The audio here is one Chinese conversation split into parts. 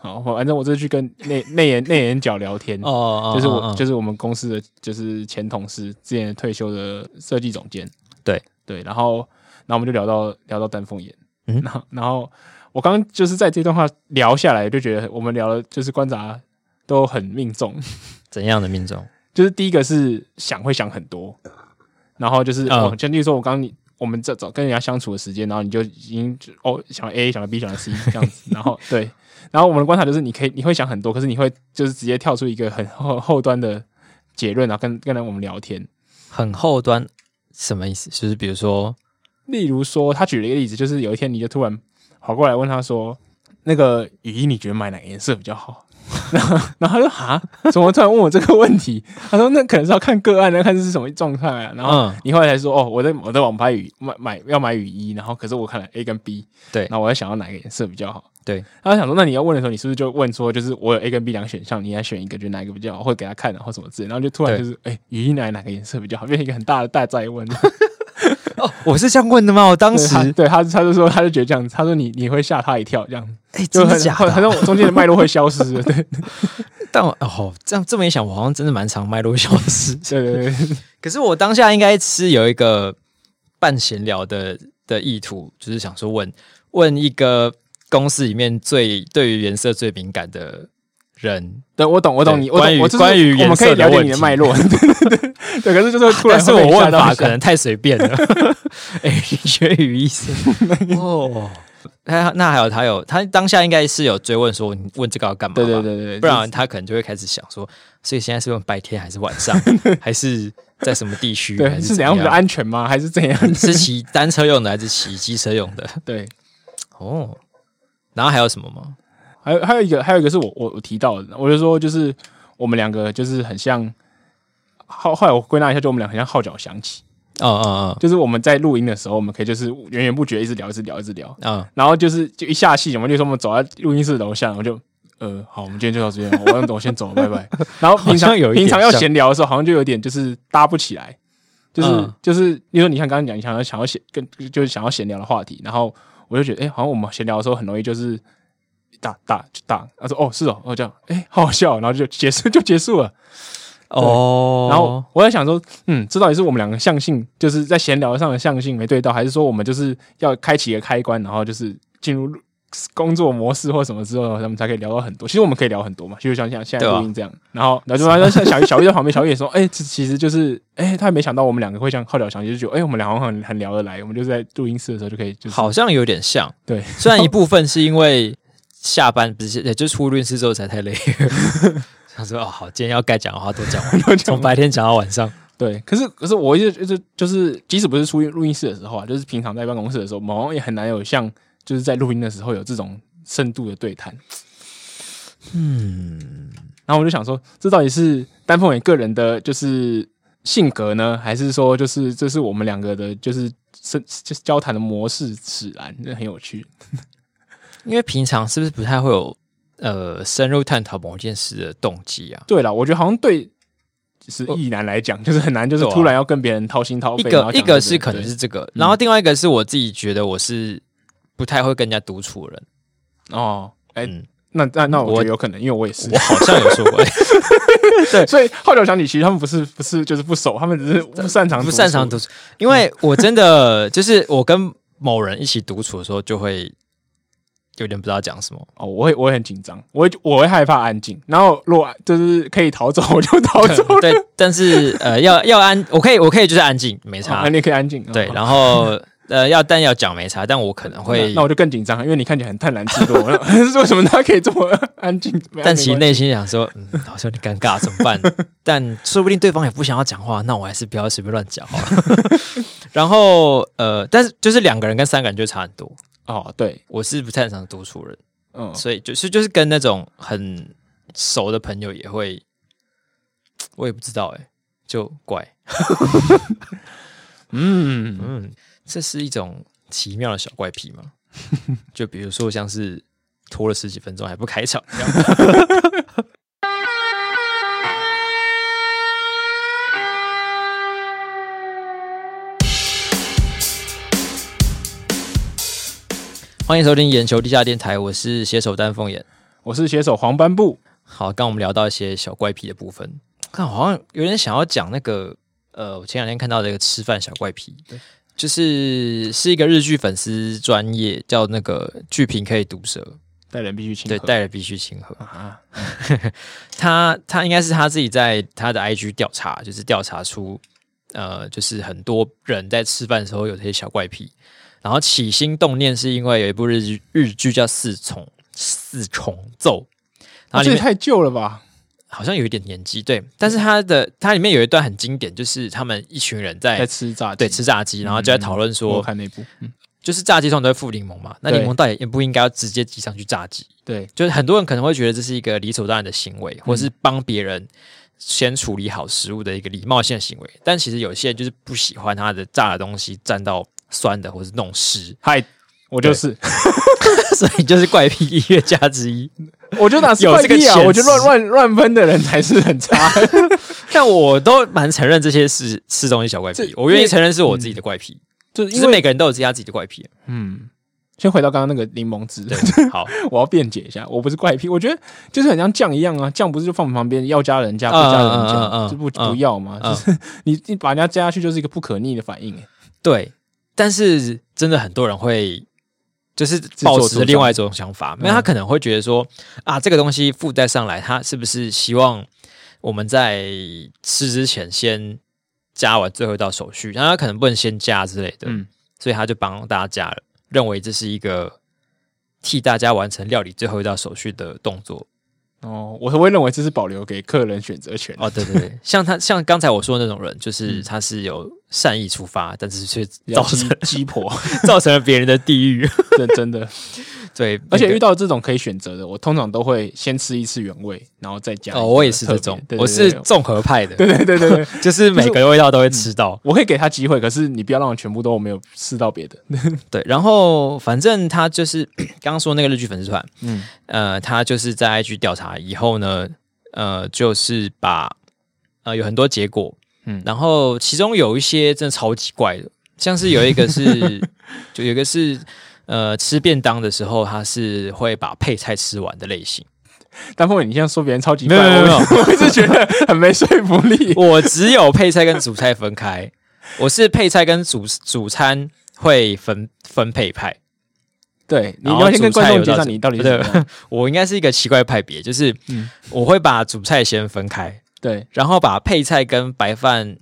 好，我反正我这次去跟内内眼内眼角聊天，哦哦，就是哦我哦就是我们公司的就是前同事，之前退休的设计总监。对对，然后然后我们就聊到聊到丹凤眼，嗯然后然后我刚刚就是在这段话聊下来，就觉得我们聊的就是观察都很命中，怎样的命中？就是第一个是想会想很多，然后就是嗯哦，就例如说我刚刚你我们这找跟人家相处的时间，然后你就已经就哦想 A 想 B 想 C 这样子，然后对，然后我们的观察就是你可以你会想很多，可是你会就是直接跳出一个很 后后端的结论，然后跟跟我们聊天。很后端什么意思？就是比如说，例如说，他举了一个例子，就是有一天你就突然跑过来问他说：“那个雨衣你觉得买哪个颜色比较好？” 然后然后他说：“哈，怎么突然问我这个问题？”他说：“那可能是要看个案，要看是什么状态啊。”然后嗯 你后来才说：“哦，我在我在网拍雨买买要买雨衣，然后可是我看了 A 跟 B，对那我在想要哪个颜色比较好。”对，他就想说，那你要问的时候，你是不是就问说，就是我有 A 跟 B 两个选项，你来选一个，觉得哪一个比较好，会给他看，然后什么之类的，然后就突然对就是，哎、雨衣哪哪个颜色比较好，变成一个很大的大 灾问。哦，我是这样问的吗？我当对时他，对 他，他就说，他就觉得这样子，他说你你会吓他一跳，这样子哎、就真的很假很的啊、很让我中间的脉络会消失的， 对但我哦，这样这么一想，我好像真的蛮常脉络消 失。对对对对，可是我当下应该是有一个半闲聊的的意图，就是想说问问一个公司里面最对于颜色最敏感的人，对我懂我懂对你，我懂关于我就是关于我们可以颜色的了解问你的题脉络， 对对对对，可是 就是会突然但是会我被吓问到法一下可能太随 便了。哎、你学语意思哦。那那还有他有他当下应该是有追问说你问这个要干嘛吧？对对对对，不然他可能就会开始想说，所以现在是问白天还是晚 上，还是在什么地区？还对是是怎样样比 较安全吗？还是怎样？ 是骑单车用的还是骑机车用的？对，哦，然后还有什么吗？还有还有一个还有一个是我我我提到的，我就说就是我们两个就是很像。后后来我归纳一下，就我们俩很像号角响起，哦哦就是我们在录音的时候，我们可以就是源源不绝，一直聊，一直聊，一直聊，哦，嗯，然后就是就一下戏，我们就说我们走在录音室楼下，我就呃，好，我们今天就到这边，我要我先走了，拜 拜。然后平好常像有一点平常要像闲聊的时候，好像就有点就是搭不起来，就是、嗯就是，例如说你像刚刚讲，你想要想要闲跟就是想要闲聊的话题，然后我就觉得，哎、好像我们闲聊的时候很容易就是打打就打，他说哦是哦，哦这样，哎、好好笑哦，然后就结束就结束了。哦，然后我在想说，嗯，这到底是我们两个相性，就是在闲聊上的相性没对到，还是说我们就是要开启一个开关，然后就是进入录工作模式或什么之后，他们才可以聊到很多。其实我们可以聊很多嘛，就像像现在对啊录音这样。然后，然后就发现小小玉在旁边，小玉也说，哎、这其实就是，哎、他也没想到我们两个会像号角响起，就觉得，哎、我们两个好像很很聊得来，我们就是在录音室的时候就可以，就是好像有点像，对，虽然一部分是因为下班不是，也就出律师之后才太累。 想说哦，好，今天要该讲的话都讲 完，都讲从白天讲到晚上。对，可是可是我一直就是就是，即使不是出录音室的时候啊，就是平常在办公室的时候，我们好像也很难有像就是在录音的时候有这种深度的对谈。嗯，然后我就想说，这到底是丹凤眼个人的就是性格呢，还是说就是这是我们两个的就是是就是交谈的模式使然？这很有趣。因为平常是不是不太会有呃深入探讨某件事的动机啊？对了，我觉得好像对。就是意男来讲，就是很难，就是对啊突然要跟别人掏心掏一肺。然个后一讲个这是可能对是这个，然后另外一个是我自己觉得我是不太会跟人家独处的人。哦，哎、嗯那那那我觉我得有可能，因为我也是我。好像有说 过，所以后来我想起，其实他们不是不是就是不熟，他们只是不擅长不擅长独处独处，因为我真的就是我跟某人一起独处的时候，就会有点不知道讲什么。哦，我会我会很紧张，我会我会害怕安静，然后如果就是可以逃走，我 就逃走。 对，但是呃，要要安，我可以我可以就是安静，没啊，差。你也可以安静。对，哦然后呃，要但要讲没差，但我可能会 那那，我就更紧张了，因为你看起来很泰然自若。我说 是为什么他可以这么安静？没但其实没关内心想说， 嗯，好像有点尴尬，怎么 办？但说不定对方也不想要讲话，那我还是不要随便乱讲好了。 然后呃，但是就是两个人跟三个人就差很多。系哦，对，我是不擅长独处人，嗯，所以就是就是跟那种很熟的朋友也会，我也不知道哎、就怪， 嗯，嗯，这是一种奇妙的小怪癖吗？就比如说像是拖了十几分钟还不开场 一样，欢迎收听眼球地下电台，我是携手丹凤眼。我是写手黄斑布。好，刚刚我们聊到一些小怪癖的部分，看好像有点想要讲那个呃，我前两天看到的一个吃饭小怪癖，就是是一个日剧粉丝专业叫那个剧评可以毒舌，待人必须亲对，和，带了必须亲和。嗯啊， 他他应该是他自己在他的 IG 调查，就是调查出呃，就是很多人在吃饭的时候有这些小怪癖，然后起心动念是因为有一部日剧日剧叫《四重四重奏》，然啊后里这也面太旧了吧？好像有一点年纪，对，但是他的它里面有一段很经典，就是他们一群人在在吃炸鸡，哎对吃嗯炸鸡，然后就在讨我论有说，看那部，嗯，就是炸鸡通常都会附柠檬嘛，那对柠檬到底应不应该要直接挤上去炸鸡？对，，就是很多人可能会觉得这是一个理所当然的行为，或是帮别人先处理好食物的一个礼貌性的行为，但其实有些人就是不喜欢他的炸的东西沾到酸的或是弄湿 嗨，我就是， 所以就是怪癖音乐家之一。我就拿有怪这个癖啊，潜我觉得乱质乱乱喷的人才是很 差。 但我都蛮承认这些是吃东西小怪癖这，我愿意承认是我自己的怪癖，就是只因是每为个人都有自己他自己的怪癖。嗯，先回到刚刚那个柠檬汁，对，好，我要辩解一下，我不是怪癖，我觉得就是很像酱一样啊，酱不是就放旁边，要加人加，不加人嗯嗯嗯加，嗯就不嗯不要嘛，嗯就是你你把人家加下去就是一个不可逆的反应，欸对，但是真的很多人会就是作抱主持张另外一种想法，因为他可能会觉得说啊，这个东西附带上来，他是不是希望我们在吃之前先加完最后一道手续？然后他可能不能先加之类的，嗯所以他就帮大家加了，认为这是一个替大家完成料理最后一道手续的动作。哦，我会认为这是保留给客人选择权。哦，对对对，像他像刚才我说的那种人，嗯就是他是有善意出发，但是却造要鸡成鸡婆，造成了 别人的地狱。真真的， 对，而且那个遇到这种可以选择的，我通常都会先吃一次原味，然后再加一个特哦，别。我也是这种，对对我对是对综合派的，对嗯对对对，对就是每个味道都会吃到。我可以给他机会，可是你不要让我全部都没有试到别的。对，然后反正他就是刚刚说那个日剧粉丝团，嗯，呃，他就是在 IG 调查以后呢，呃，就是把呃有很多结果，嗯嗯，然后其中有一些真的超级怪的，像是有一个是就有一个是呃吃便当的时候，他是会把配菜吃完的类型。但后面你现在说别人超级没怪，有没有没有我我一直觉得很没说服力。我只有配菜跟主菜分开，我是配菜跟主主餐会分分配派。对，你然后要先跟主观菜众有介到绍这你到底是对怎么 样。我应该是一个奇怪派别，就是嗯我会把主菜先分开，对，然后把配菜跟白饭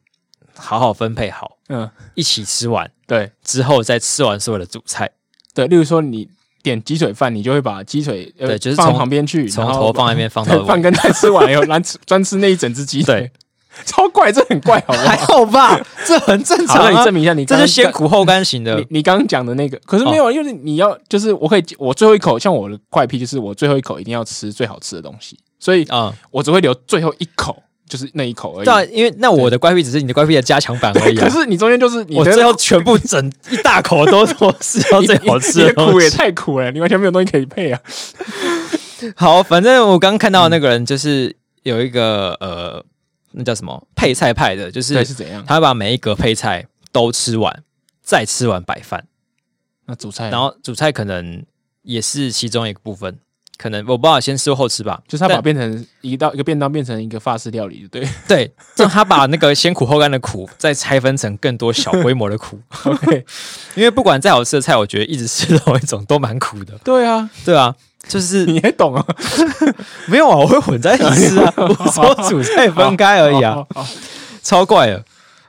好好分配好，嗯，一起吃完对之后再吃完所有的主菜，对，例如说你点鸡腿饭，你就会把鸡腿呃对就是放从旁边去，从然后头放 那边放到对尾饭，跟菜吃完以后， 然后吃专吃那一整只鸡腿，对， 超怪，这很怪，好不还好？好吧， 这很正好，常那你啊证。明一下，你这刚是刚先苦后甘型的哦你，你刚刚讲的那个，可是没有，啊因为你要就是我可以，我最后一口，像我的怪癖就是我最后一口一定要吃最好吃的东西，所以嗯，我只会留最后一口，就是那一口而对啊，已。因为那我的怪癖只是你的怪癖的加强版而已啊 可。是你中间就是你我的最后全部整一大口都都是要 你最好吃你的的东苦也西。太苦了，你完全没有东西可以配啊。好，反正我刚看到那个人就是有一个呃，那叫什么配菜派的，就对，是是怎样？他把每一格配菜都吃完，再吃完白饭， 那主菜呢，然后主菜可能也是其中一个部分，可能我不知道先吃后吃吧，就是他把但变成一道一个便当变成一个法式料理，对 了对，就他把那个先苦后甘的苦再拆分成更多小规模 的苦， ，OK，因为不管再好吃的菜，我觉得一直吃同一种都蛮苦的，对啊，对啊。就 是你也懂啊，没有啊，我会混在一 起吃啊，我说主菜分开而已啊，好，好好超怪嗯的。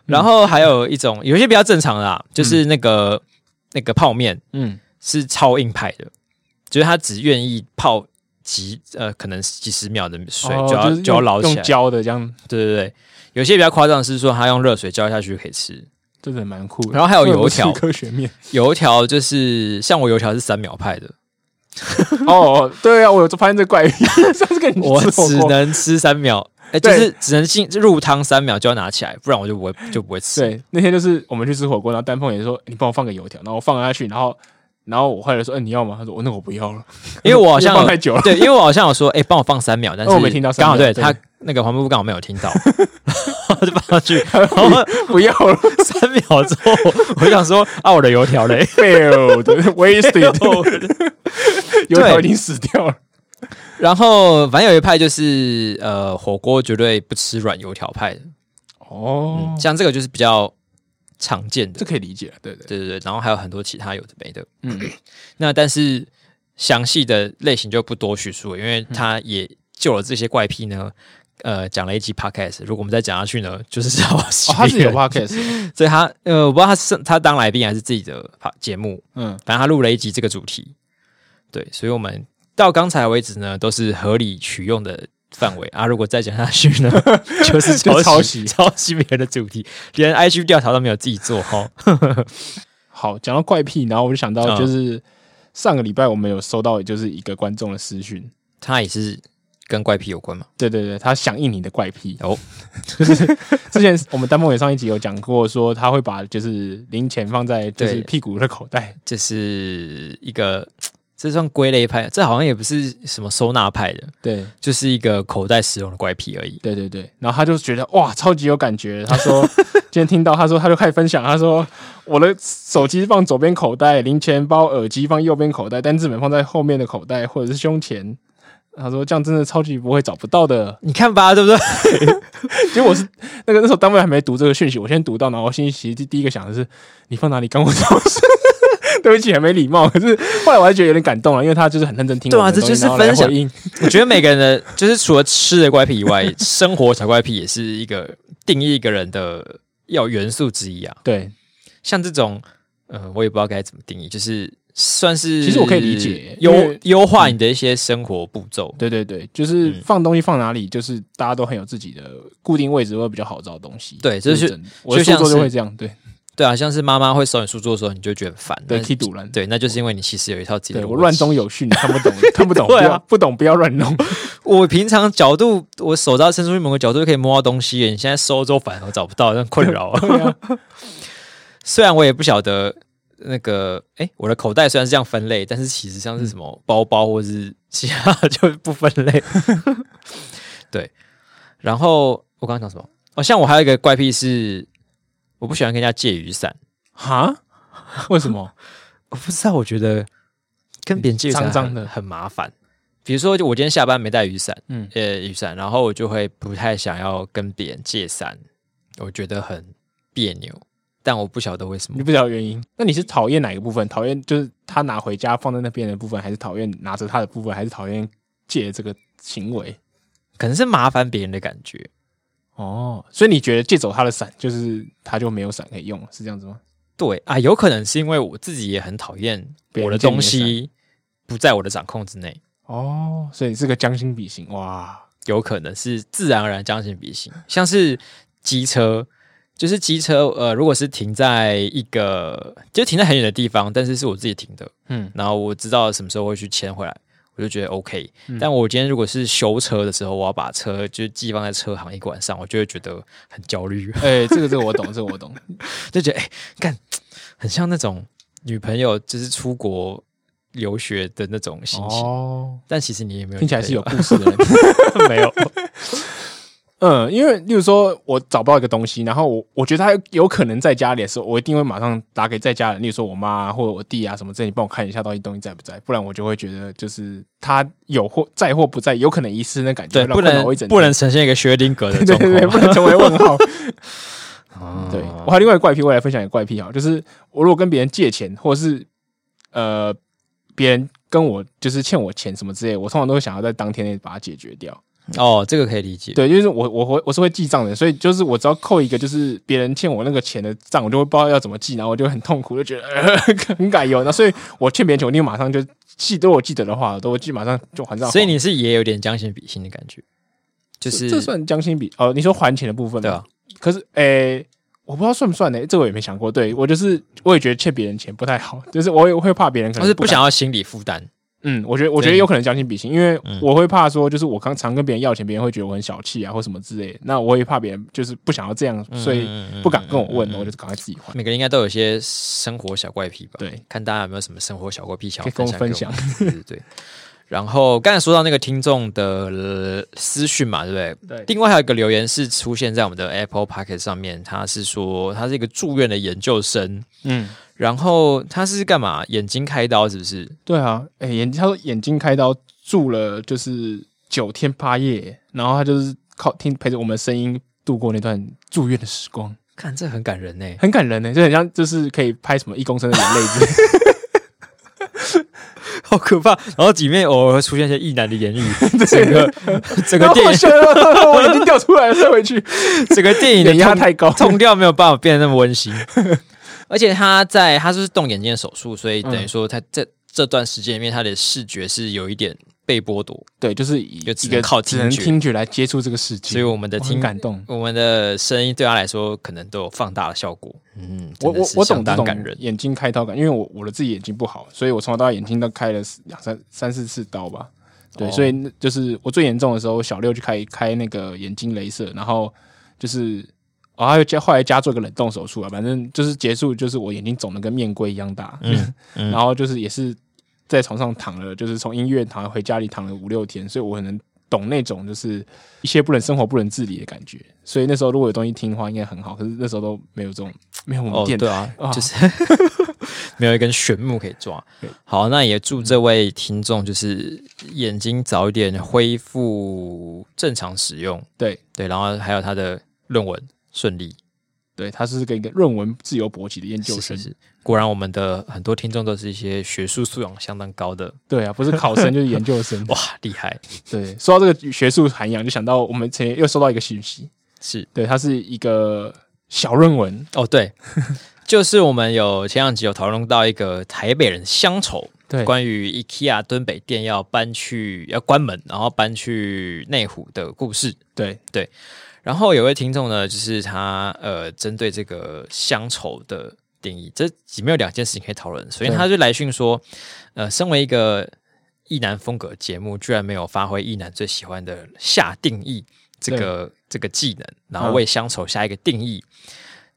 然后还有一种，有一些比较正常的啦，就是那个、那个泡面嗯，是超硬派的，就是他只愿意泡几呃，可能几十秒的水哦就要、是就要用捞起用来。浇的这样，对对对，有些比较夸张的是说他用热水浇下去可以吃。真的蛮酷的。然后还有油为条什么吃科学面，油条就是像我油条是三秒派的，哦，对啊，我有发现这个怪癖， 上次跟 你我去吃只火锅，能吃三秒，哎，就对是只能进入汤三秒就要拿起来，不然我就不会就不会吃。对，那天就是我们去吃火锅，然后丹凤也说你帮我放个油条，然后我放下去，然后然后我后来说，嗯、你要吗？他说我、那个我不要了， 因为我好像放太久了，对，因为我好像有说，哎、帮我放三秒，但是哦我没听到三刚好秒对对他那个黄布刚好没 有听到， 然后就放上去，然后不要了三秒之后，我就想说啊，我的油 条嘞， ，failed 对 wasted，油条已经死掉了。然后反正有一派就是呃火锅绝对不吃软油条派的，哦嗯，，像这个就是比较常见的这，可以理解，对对对对对。然后还有很多其他有的没的，嗯。那但是详细的类型就不多叙述了，因为他也就了这些怪癖呢。呃，讲了一集 podcast，如果我们再讲下去呢， 就是要哦，他是有吧？ podcast，所以他呃，我不知道他是他当来宾还是自己的 pa- 节目，嗯，反正他录了一集这个主题，对，所以我们到刚才为止呢，都是合理取用的范围啊。如果再讲下去 呢，就 是就抄抄袭袭 抄袭别人的主题，连 IG 调查都没有自己做哈。好，讲到怪癖，然后我就想到嗯就是上个礼拜我们有收到，就是一个观众的私讯，他也是跟怪癖有关嘛？对对对，他响应你的怪癖， 哦，之前我们丹梦也上一集有讲过，说他会把就是零钱放在就是对屁股的口袋，这是一个这算归类派，这好像也不是什么收纳派的，对就是一个口袋使用的怪癖而已。对对对，然后他就觉得哇，超级有感觉。他 说今天听到，他说他就开始分享，他说我的手机放左边口袋，零钱包、耳机放右边口袋，单字本放在后面的口袋或者是胸前。他说这样真的超级不会找不到的。你看吧，对不对？ 结果我是那个那时候单位还没读这个讯息，我先读到，然后我心里其实第一个想的是你放哪里干我什么事？ 对不起，很没礼貌。可是后来我还觉得有点感动了，因为他就是很认真听对啊我们的东这就西是然后来分享回应我觉得每个人的，就是除了吃的怪癖以外，生活小怪癖也是一个定义一个人的要元素之一啊。对，像这种，呃，我也不知道该怎么定义，就是算是其实我可以理解因优为优化你的一些生活步骤。对对对，就是嗯放东西放哪里，就是大家都很有自己的固定位置，会比较好找东西。对这就是真的我的就书像桌是就会这样，对对啊，像是妈妈会收你书桌的时候，你就觉得很烦。对那 k e 堵烂，对，那就是因为你其实有一套自己的对逻辑。我乱中有 序，你看不懂，看不懂，不对啊要不懂不要乱 弄。我平常角度，我手只要伸出去某个角度就可以摸到东西了。你现在收之后反而找不到，那很困扰啊。对啊，虽然我也不晓得那个，哎、我的口袋虽然是这样分类，但是其实像是什么包包或是其他就不分类。对，然后我刚刚讲什么？哦，像我还有一个怪癖是，我不喜欢跟人家借雨伞。 哈？为什么？我不知道，我觉得跟别人借雨伞脏脏很的很麻烦。比如说，就我今天下班没带雨伞，嗯嗯，呃，雨伞，然后我就会不太想要跟别人借伞，我觉得很别扭，但我不晓得为什么你。不知道原因？那你是讨厌哪个部分？讨厌就是他拿回家放在那边的部分，还是讨厌拿着他的部分，还是讨厌借这个行为？可能是麻烦别人的感觉。哦，所以你觉得借走他的伞，就是他就没有伞可以用了，是这样子吗？对啊，有可能是因为我自己也很讨厌别人我的借你东的西不在我的掌控之内，哦，所以你是个将心比心，哇，有可能是自然而然将心比心，像是机车。就是机车，呃，如果是停在一个就停在很远的地方，但是是我自己停的，嗯，然后我知道什么时候会去牵回来，我就觉得 OK、但嗯我今天如果是修车的时候，我要把车就寄放在车行一个晚上，我就会觉得很焦虑。 哎、这个这个我懂，这个我懂。就觉得哎，欸干、很像那种女朋友就是出国留学的那种心情，哦，但其实你也没有听起来是有故事的人。有没有？ 嗯，因为例如说我找不到一个东西，然后我我觉得他有可能在家里的时候，我一定会马上打给在家人，例如说我妈、啊、或者我弟啊什么这，你帮我看一下到底东西在不在，不然我就会觉得就是他有或在或不在，有可能遗失那感觉， 对，会让不困扰能我一整不能 天。呈现一个薛定谔的 对状对对，况。不能成为问号。啊对我还有另外一个怪癖，我来分享一个怪癖哈，就是我如果跟别人借钱，或者是呃别人跟我就是欠我钱什么之类，我通常都会想要在当天内把它解决掉。哦，这个可以理解。对，就是我我会我是会记账的，所以就是我只要扣一个就是别人欠我那个钱的账，我就会不知道要怎么记，然后我就很痛苦，就觉得、 呃、很改油。那所以我欠别人钱，我一定马上就记，如果我记得的话，都我记马上就还账。所以你是也有点将心比心的感觉，就这是这算将心比哦？你说还钱的部分对吗啊，可是诶、我不知道算不算呢、这我也没想过。对我就是我也觉得欠别人钱不太好， 就是我也会怕别人可我能是不敢想要心理负担。嗯，我觉得我觉所得以有可能将心比心，因为嗯我会怕说，就是我刚常跟别人要钱，别人会觉得我很小气啊，或什么之类的。那我也怕别人就是不想要这样，所嗯以不敢跟我问，我就赶快自己还。每个人应该都有一些生活小怪癖吧？对，看大家有没有什么生活小怪癖想可要以跟我享给我们。对对对。然后刚才说到那个听众的呃私讯嘛，对不对？对，另外还有一个留言是出现在我们的 Apple p o c k e t 上面，他是说他是一个住院的研究生，嗯，然后他是干嘛？眼睛开刀是不是？对啊，哎、眼他说眼睛开刀住了就是九天八夜，然后他就是靠听陪着我们的声音度过那段住院的时光，看这很感人呢、很感人呢、就很像就是可以拍什么一公升的眼泪之类的好可怕。然后里面偶尔会出现一些意难 的言语，整个整个然后电我影觉 得哦我眼睛掉出来了，再回 去，整个电影的眼压痛太高痛调没有办法变得那么 温馨。而且他在他是动眼睛的手术，所以等嗯于说他在这段时间里面，他的视觉是有一点被剥夺，对，就是以就只一能个靠只能听觉听觉来接触这个世界，所以我们的我很听感动。我们的声音对他来说可能都有放大的效果。嗯，我真的我是我相懂这当种感人。哦眼睛开刀感，因为我我的自己眼睛不好，所以我从小到大眼睛都开了两三三四次刀吧。对，哦所以那就是我最严重的时候，小六去开开那个眼睛镭射，然后就是哦，还有加后来加做个冷冻手术啊，反正就是结束，就是我眼睛肿的跟面龟一样大， 嗯然后就是也是在床上躺了，就是从医院躺回家里躺了五六天，所以我可能懂那种就是一些不能生活不能自理的感觉，所以那时候如果有东西听的话，应该很好，可是那时候都没有这种没有我们哦，电台对啊 啊，就是没有一根玄木可以抓。好，那也祝这位听众就是眼睛早一点恢复正常使用。对对，然后还有他的论文顺利。对，他是跟一个论文自由勃起的研究是生，是是，果然我们的很多听众都是一些学术素养相当高的，对啊，不是考生就是研究 生。哇，厉害！对，说到这个学术涵养，就想到我们前又收到一个讯息，是对，它是一个小论文，哦，对，就是我们有前两集有讨论到一个台北人乡愁，对关于 IKEA 敦北店要搬去要关门，然后搬去内湖的故事。对然后有位听众呢，就是他呃，针对这个乡愁的定义，这里面有两件事情可以讨论。首先，对他就来讯说，呃，身为一个意男风格节目，居然没有发挥意男最喜欢的下定义这个这个技能，然后为乡愁下一个定义，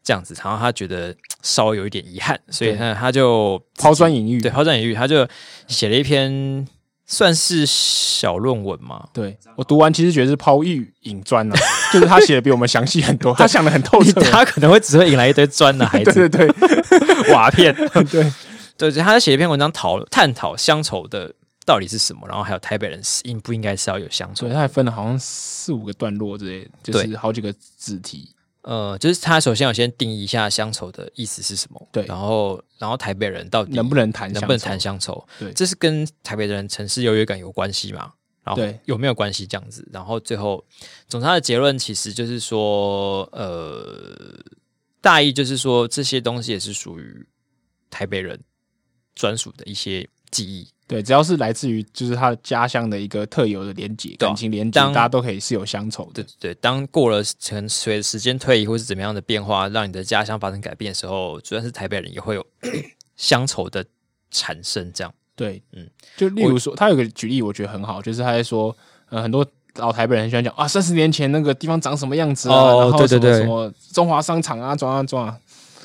这样子，然后他觉得嘖嗯稍微有一点遗憾，所以呢，他就抛砖引玉，对抛砖引玉，他就写了一篇算是小论文嘛，对我读完其实觉得是抛玉引 砖啊，就是他写的比我们详细很多，他想的很透彻， 他可能会只会引来一堆砖的孩 对子，对对 瓦片。对对，就他写一篇文章讨探讨乡愁的到底是什么，然后还有台北人是应不应该是要有乡所愁以。他还分了好像四五个段落之类的，就是好几个子题，呃，就是他首先要先定义一下乡愁的意思是什么，对然后然后台北人到底能不能谈？能不能谈？乡愁，对这是跟台北人城市优越感有关系吗？然后对有没有关系这样子？然后最后，总之他的结论其实就是说，呃，大意就是说这些东西也是属于台北人专属的一些记忆，对，只要是来自于就是他的家乡的一个特有的连结，对啊感情连结，当大家都可以是有乡愁的对。对，当过了可能随着时间推移或是怎么样的变化，让你的家乡发生改变的时候，就算是台北人也会有 乡愁的产生。这样，对，嗯嗯，就例如说，他有个举例，我觉得很好，就是他在说，呃，很多老台北人很喜欢讲啊，三十年前那个地方长什么样子啊，哦然后对什对么对什么中华商场啊，装啊装啊，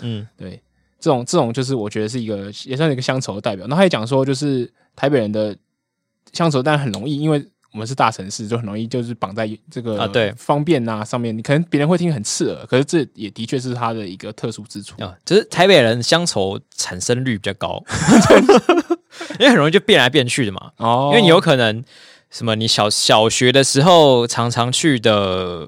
嗯，对，这种这种就是我觉得是一个也算是一个乡愁的代表。然后他也讲说，就是台北人的乡愁，但很容易，因为我们是大城市，就很容易就是绑在这个啊对方便啊上面，你可能别人会听很刺耳，可是这也的确是他的一个特殊之处。啊，就是台北人乡愁产生率比较高， 因为很容易就变来变去的嘛。哦因为你有可能什么，你小小学的时候常常去的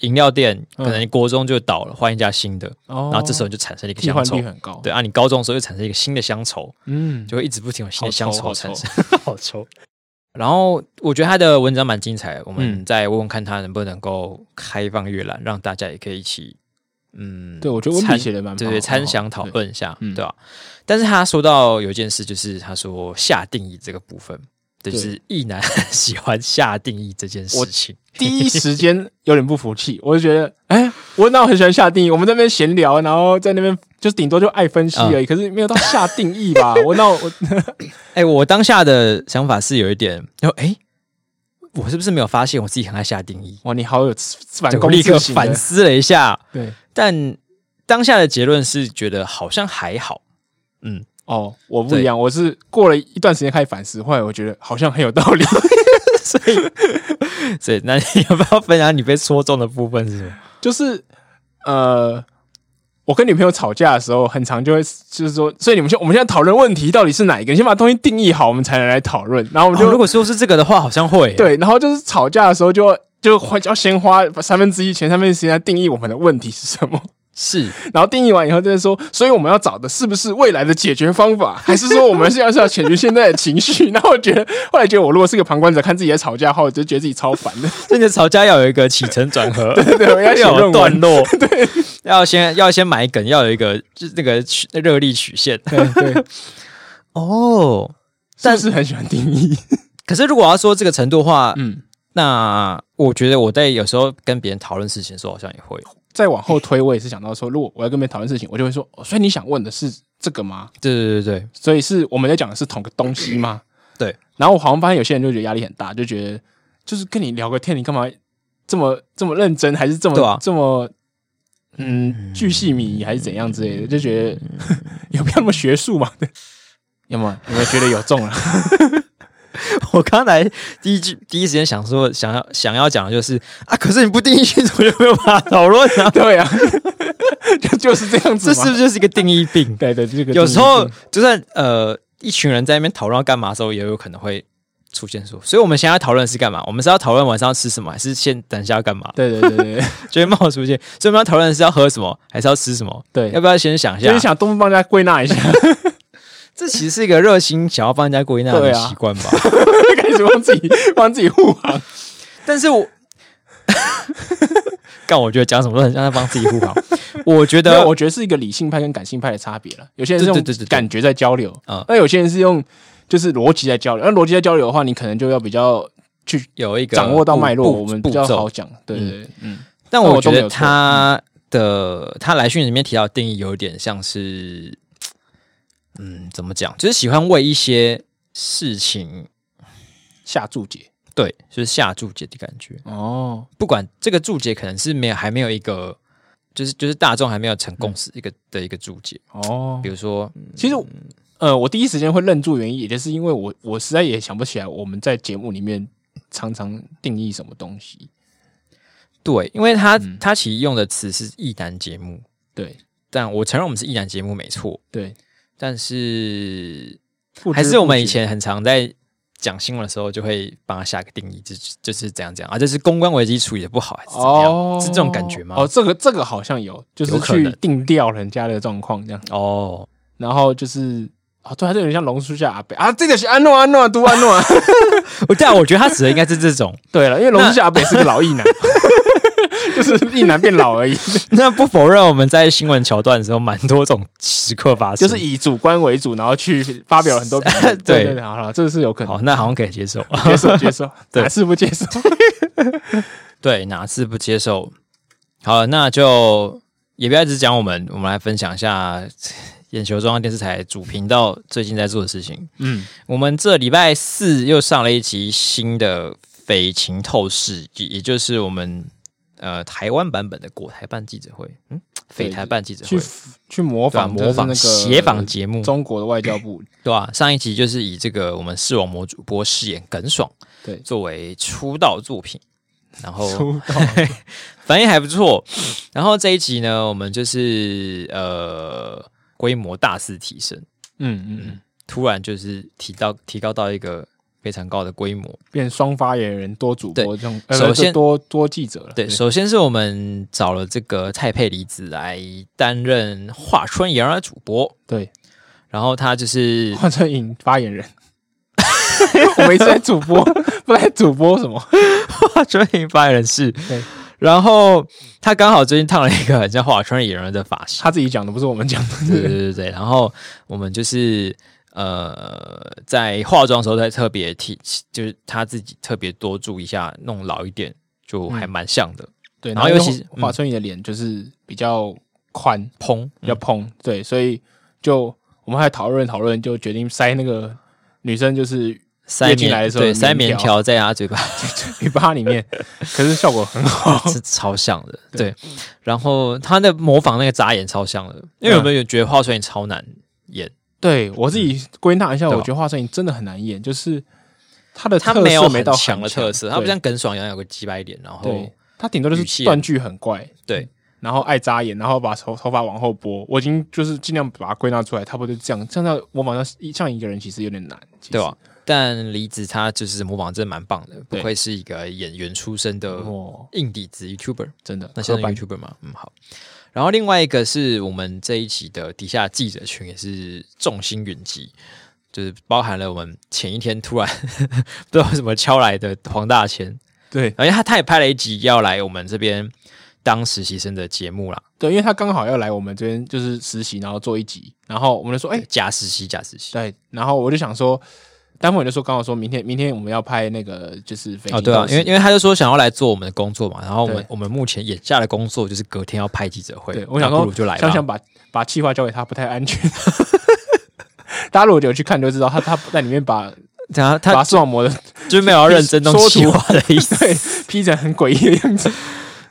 饮料店，可能你国中就倒了，换一家新的，嗯哦，然后这时候你就产生了一个替乡换愁率。很高，对啊，你高中的时候就产生一个新的乡愁，嗯，就会一直不停有新的好乡抽愁好产抽生， 好抽。然后我觉得他的文章蛮精彩的，我们嗯再问问看他能不能够开放阅览，让大家也可以一起，嗯，对我觉得文笔参写得蛮对蛮好对，的参详讨论一下，嗯对吧、但是他说到有一件事，就是他说下定义这个部分，对就对是意男喜欢下定义这件事我情，第一时间有点不服气，我就觉得，哎、我那我很喜欢下定义，我们在那边闲聊，然后在那边就是顶多就爱分啊析而已，可是没有到下定义吧？我那我 哎、我当下的想法是有一点，哦，哎，我是不是没有发现我自己很爱下定义？哇，你好有反对我攻立刻自省的反思了一下，对但当下的结论是觉得好像还好，嗯，哦，我不一样，我是过了一段时间开始反思，后来我觉得好像很有道理。 所以所以那你要不要分享你被戳中的部分是什么？就是呃，我跟女朋友吵架的时候，很常就会就是说，所以你们现我们现在讨论问题到底是哪一个，你先把东西定义好，我们才能来讨论。然后我们哦就、如果说是这个的话，好像会耶，对，然后就是吵架的时候就就花要先花三分之一前三分之一时间来定义我们的问题是什么，是然后定义完以后再说，所以我们要找的是不是未来的解决方法，还是说我们是要是要解决现在的情绪？ 然后我觉得后来觉得我如果是个旁观者，看自己在吵架的话，我就觉得自己超烦的。 所以你的吵架要有一个起承转合，对，我要写要有论段文。 落，对，要先要先埋梗，要有一个就是那个曲热力曲线。对对，哦，但是不是很喜欢定义。可是如果要说这个程度的话，嗯，那我觉得我在有时候跟别人讨论事情的时候，好像也会再往后推，我也是想到说，如果我要跟别人讨论事情，我就会说，哦所以你想问的是这个吗？对对对对对，所以是我们在讲的是同个东西吗？对。然后我好像发现有些人就觉得压力很大，就觉得就是跟你聊个天，你干嘛这么这么认真，还是这么、对啊这么嗯巨细靡遗，还是怎样之嗯类的，就觉得有必要那么学术 吗？对有没有？有没有觉得有中了？，我刚才第一句第一时间想说，想要想要讲的就是啊，可是你不定义清楚就没有办法讨论啊 对啊， 就就是这样子 这嘛。是不是就是一个定义病？对对，这个 有时候就算呃一群人在那边讨论要干嘛的时候，也有可能会出现说，所以我们现在要讨论的是干嘛？我们是要讨论晚上要吃什么，还是先等一下要干 嘛？对对对对对就会冒出现，所以我们要讨论的是要喝什么，还是要吃什么？对， 要不要先想一所下以？想东方帮大家归纳一下， 这其实是一个热心想要帮人家归纳对的啊习惯吧。开始帮自己帮自己护航。但是 我，但我觉得讲什么都很像在帮自己护 航。我觉没有得我觉得是一个理性派跟感性派的差别了。有些人是对对对对用对感觉在交流嗯，那有些人是用就是逻辑在交流。那逻辑在交流的话，你可能就要比较去有一个掌握到步脉络，步我们步比较好骤。讲。对对对，嗯，但那我我都觉没得有错他的他来讯里面提到的定义有点像是，嗯，怎么讲？就是喜欢为一些事情下注解对，就是下注解的感觉。哦，不管这个注解可能是没有还没有一个，就是就是大众还没有成共识嗯一个、的一个注解，哦比，如说其实我。呃，我第一时间会愣住原因，也就是因为我我实在也想不起来我们在节目里面常常定义什么东西。对，因为他、嗯他其实用的词是意男节目，对但我承认我们是意男节目没错，对，但是不知还是我们不以觉前很常在讲新闻的时候，就会帮他下个定义，就是就是怎样怎样啊，这是公关危机处理的不好还是怎么样，哦是这种感觉吗？哦，这个这个好像有，就是有可去能定调人家的状况这样。哦，然后就是啊，对，他就有点像龙叔下阿北啊，这个是安诺安诺读安诺啊。 我但我觉得他指的应该是这种， 对了，因为龙叔下阿北是个老艺男， 就是艺男变老 而已，那不否认我们在新闻桥段的时候，蛮多种时刻发生，就是以主观为主，然后去发表很多评论。对对对，好了，这个是有可能好，那好像可以接受。接受接 受，对哪次不接受？对，哪次不接受？好，那就也不要一直讲我们，我们来分享一下 眼球中央电视台主频道最近在做的事情。嗯，我们这礼拜四又上了一集新的《匪情透视》，也也就是我们呃台湾版本的国台办记者会，嗯，对匪台办记者去会，去模对吧、仿模仿就是那个协访节目，中国的外交部，对吧、上一集就是以这个我们视网膜主播饰演耿爽对，作为出道作品，然后出道 反应还不错。然后这一集呢，我们就是呃规模大肆提升，嗯嗯嗯，突然就是提到提高到一个非常高的规模。变双发言人多主播这种，呃首先多多记者了，对，首先是我们找了这个蔡佩离子来担任华春莹儿主播，对，然后他就是换成影发言人。我们一直在主播， 不在主播什么？ 华春莹发言人是对，然后他刚好最近烫了一个很像华春莹儿的发 型。他自己讲的，不是我们讲的。对对对对，然后我们就是呃，在化妆的时候再特别提，就是他自己特别多注意一下，弄老一点就还蛮像的，对，然然后后尤尤其其嗯华春莹的脸就是比较宽，蓬、比较蓬，对，所以就我们还讨论讨论，就决定塞那个女生就是塞月经棉来的时候对有塞棉棉条条在他嘴巴嘴巴里 面，可是效果很好。是超像的，对。然后他的模仿那个眨眼超像的，因为嗯有没有觉得华春莹超难演？对我自己归纳一下，对啊我觉得华春莹真的很难演，就是她的他特没有色没很到强的特色，他不对像耿爽一样有个鸡掰脸，然后对，她顶多就语气是啊断句很怪，对，然后爱扎眼，然后把头头发往后拨，我已经就是尽量把它归纳出来，差不多就这样。这样要模仿像一像一个人，其实有点难，其实对吧、？啊但离子他就是模仿真的蛮棒的，不对愧是一个演员出身的哦，硬底子 YouTuber。真的，那刻现在板 YouTuber 嘛，嗯好。然后另外一个是我们这一期的底下记者群也是众星云集，就是包含了我们前一天突然 不知道为什么敲来的黄大千，对而且他他也拍了一集要来我们这边当实习生的节目啦，对，因为他刚好要来我们这边就是实习，然后做一集，然后我们就说，哎、假实习假实习。对，然后我就想说，丹凤也就说，刚好说明天明天我们要拍那个就是飞哦，对啊，因为因为为他就说想要来做我们的工作嘛，然后我们对我们目前眼下的工作就是隔天要拍记者会，对我想那说不如就来吧想，想把把气话交给他不太安全。 大家如果有去看就知道，他他在里面把然后他把视网膜的就没有要认真弄缩图计划的意思， 对 P 成很诡异的样子。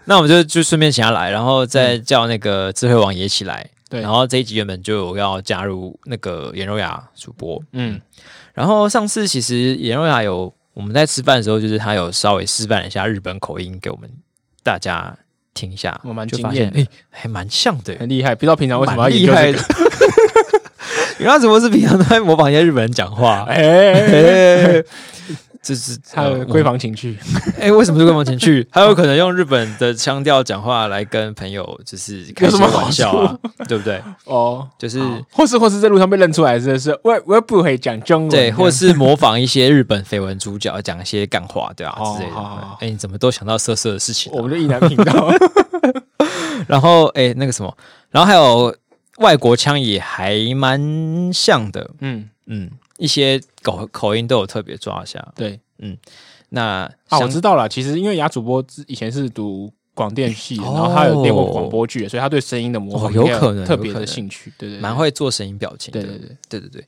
那我们就就顺便请他来，然后再叫那个智慧王也一起来。对然后这一集原本就有要加入那个颜柔雅主播，嗯，然后上次其实颜柔雅有我们在吃饭的时候，就是她有稍微示范了一下日本口音给我们大家听一下，我蛮就发惊现艳的哎、还蛮像的，很厉害，不知道平常为什么要蛮研厉究害这的个。。 原来怎么是平常都在模仿一些日本人讲话？ 哎、哎，就是他的呃我闺房情趣，哎、为什么是跟我前去？ 还有可能用日本的腔调讲话来跟朋友就是开一些玩笑有什啊，对不对？哦，就是或是或是在路上被认出来，真的是我我不会讲中文，对，或是模仿一些日本绯闻主角讲一些干话，对啊、哦之类的。好好好哎、你怎么都想到色色的事情啊、我们就一男频 道，然后哎、那个什么，然后还有外国腔也还蛮像的，嗯，嗯，一些口口音都有特别抓一下。对那啊，我像知道了。其实因为雅主播之以前是读广电系的，哦然后他有练过广播剧的，所以他对声音的模哦仿有应该可能特有别可的能兴趣，对对，对蛮，会做声音表情的，对对对，对对对。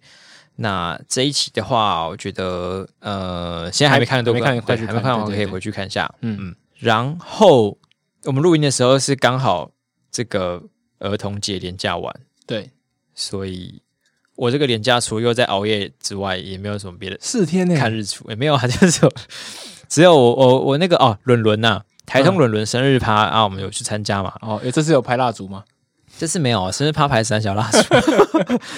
那这一期的话，我觉得呃，现在还没看的都还没看对快去还看没看的话对对可以对回去看一下。嗯嗯，然后我们录音的时候是刚好这个儿童节连假完，对，所以我这个连假除了又在熬夜之外，也没有什么别的四天呢，看日出，也没有啊， 就是有只有我我我那个哦，伦伦呐，嗯台中伦伦生日趴啊，我们有去参加嘛？哦，有这次有拍蜡烛吗？。这次没有啊生日趴排三小蜡烛，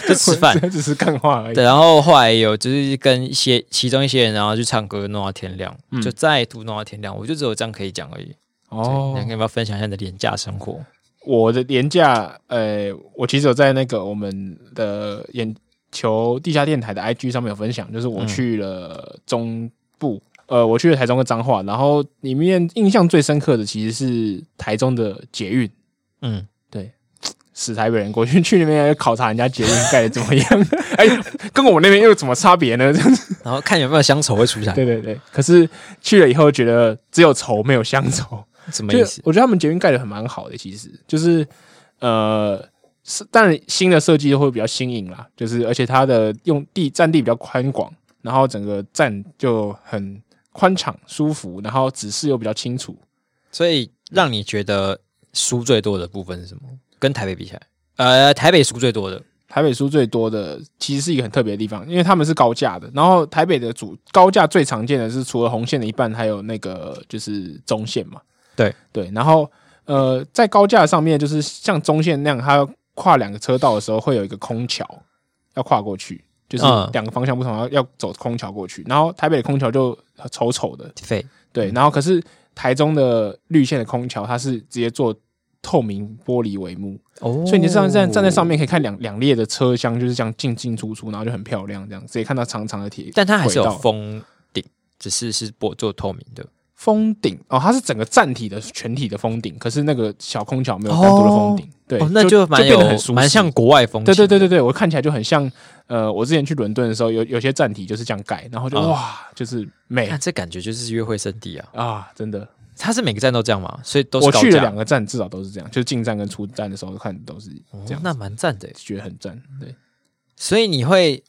就吃饭 只是干话而已对，，然后后来有就是跟一些其中一些人，然后去唱歌弄到天亮，嗯就再度弄到天亮，我就只有这样可以讲而已。哦对，你要不要分享一下你的廉价生活？我的廉价，呃，我其实有在那个我们的眼球地下电台的 IG 上面有分享，就是我去了中部，呃，我去了台中跟彰化，然后里面印象最深刻的其实是台中的捷运， 嗯，死台北人过去去那边要考察人家捷运盖的怎么样， 哎、跟我们那边又有什么差别呢？这样子，然后看有没有乡愁会出现， 对对对。可是去了以后觉得只有愁没有乡愁，什么就意是思？我觉得他们捷运盖的很蛮好的，其实就是呃，是当然新的设计会比较新颖啦，就是而且它的用地占地比较宽广，然后整个站就很宽敞舒服，然后指示又比较清楚。所以让你觉得输最多的部分是什么？跟台北比起来，呃，台北输最多的，台北书最多的其实是一个很特别的地方，因为他们是高架的。然后台北的主高架最常见的是除了红线的一半，还有那个就是中线嘛。对对，然后呃，在高架上面就是像中线那样，它要跨两个车道的时候会有一个空桥要跨过去，就是嗯两个方向不同，要要走空桥过去。然后台北的空桥就丑丑的，废对，然后可是台中的绿线的空桥，它是直接做透明玻璃帷幕。哦所以你就站站站在上，面可以看两两列的车厢就是这样进进出出，然后就很漂亮，这样直接看到长长的铁但它还是轨有道封顶，只是是薄做透明的。封顶哦，它是整个站体的全体的封顶，可是那个小空桥没有单独的封顶，对，哦，那就蛮变有得很舒适蛮像。国外风情对的。对对对对，我看起来就很像，呃，我之前去伦敦的时候，有有些站体就是这样盖，然后就、嗯哇，就是美看这感觉就是约会圣地啊！啊，真的。它是每个站都这样嘛，所以都是我高去了架两个站，至少都是这样，就是进站跟出站的时候看都是这哦样，那蛮赞的耶。觉得很赞。对所以你会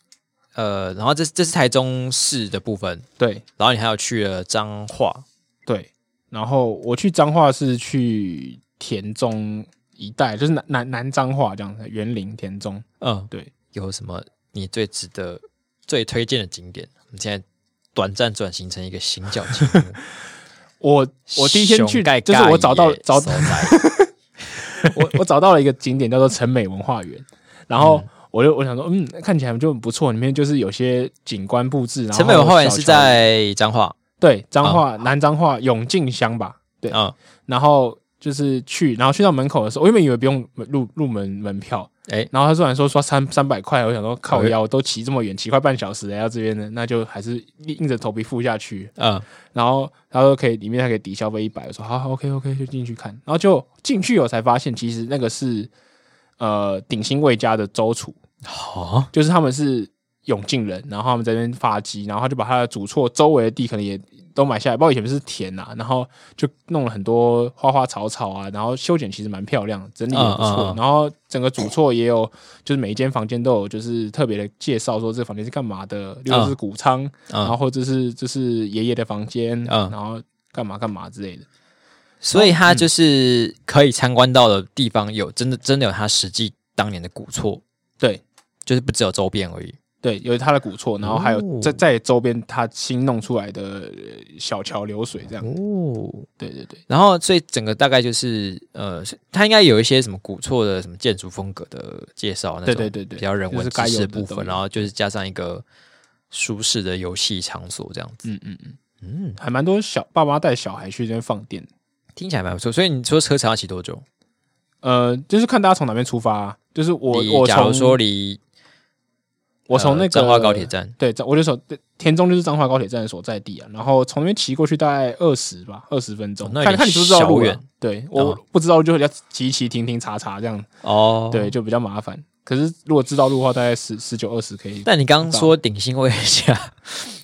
呃，然后这这是台中市的部分，对，然后你还有去了彰化，对，然后我去彰化是去田中一带，就是南南南彰化这样子，园林田中。嗯，对，有什么你最值得、最推荐的景点？我们现在短暂转型成一个行脚节目。 我我第一天去，熊盖就是我找到尬野找所在我我找到了一个景点叫做城美文化园，然后我就我想说，嗯，看起来就很不错，里面就是有些景观布置。然后城北文化园小是桥在哦彰化，对彰化、南彰化永靖乡吧？对嗯，然后就是去，然后去到门口的时候，我原本以为不用入入门门票，哎然后他突然说刷三三百块，我想说靠哎腰，我都骑这么远，骑快半小时来到这边的，那就还是硬着头皮付下去。嗯，然后他说可以，里面还可以抵消费一百，我说好好，OK OK，就进去看。然后就进去我才发现，其实那个是呃鼎新卫家的周厨，好，就是他们是永靖人，然后他们在那边发迹，然后他就把他的主厝周围的地可能也都买下来，包括以前是田啊，然后就弄了很多花花草草啊，然后修剪其实蛮漂亮，整理也不错，嗯嗯嗯然后整个主厝也有，就是每一间房间都有就是特别的介绍说这个房间是干嘛的，例如是谷仓，然后嗯，或者是就是爷爷的房间，嗯然后干嘛干嘛之类的。所以哦嗯它就是可以参观到的地方有真的真的有它实际当年的古厝，对就是不只有周边而已。对，有他的古厝，然后还有哦在在周边他新弄出来的呃小桥流水这样。哦，对对对。然后所以整个大概就是呃，是它应该有一些什么古厝的什么建筑风格的介绍那种，对对对对比较人文就是知该有识的的部都分，有然后就是加上一个舒适的游戏场所这样子。嗯嗯嗯，嗯，还蛮多小爸妈带小孩去这边放电。听起来蛮不错。所以你说车程要骑多久？呃，就是看大家从哪边出发啊、就是我离我假如从说离我从那呃个彰化高铁站，对，彰我就从田中就是彰化高铁站的所在地啊，然后从那边骑过去大概二十吧，二十分钟，哦那有看点看你知不知道路小啊远。对，我哦不知道路就要骑一骑停停查查这样，哦，对，。就比较麻烦。可是如果知道路的话，大概十十九二十可以。但你刚刚说顶新卫家，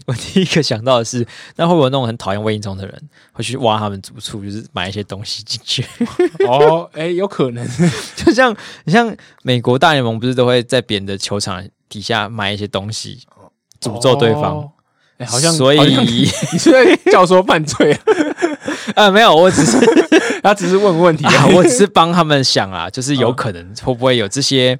我第一个想到的是，那会不会有那种很讨厌魏应忠的人，会去挖他们住处，就是买一些东西进去？ 哦，哎、有可能。就像你像美国大联盟不是都会在别人的球场底下埋一些东西，诅咒对方。哦哎、好像所以好像 你 是在教唆犯罪啊，呃没有，我只 是、他只是问问题、啊、我只是帮他们想啊，就是有嗯可能会不会有这些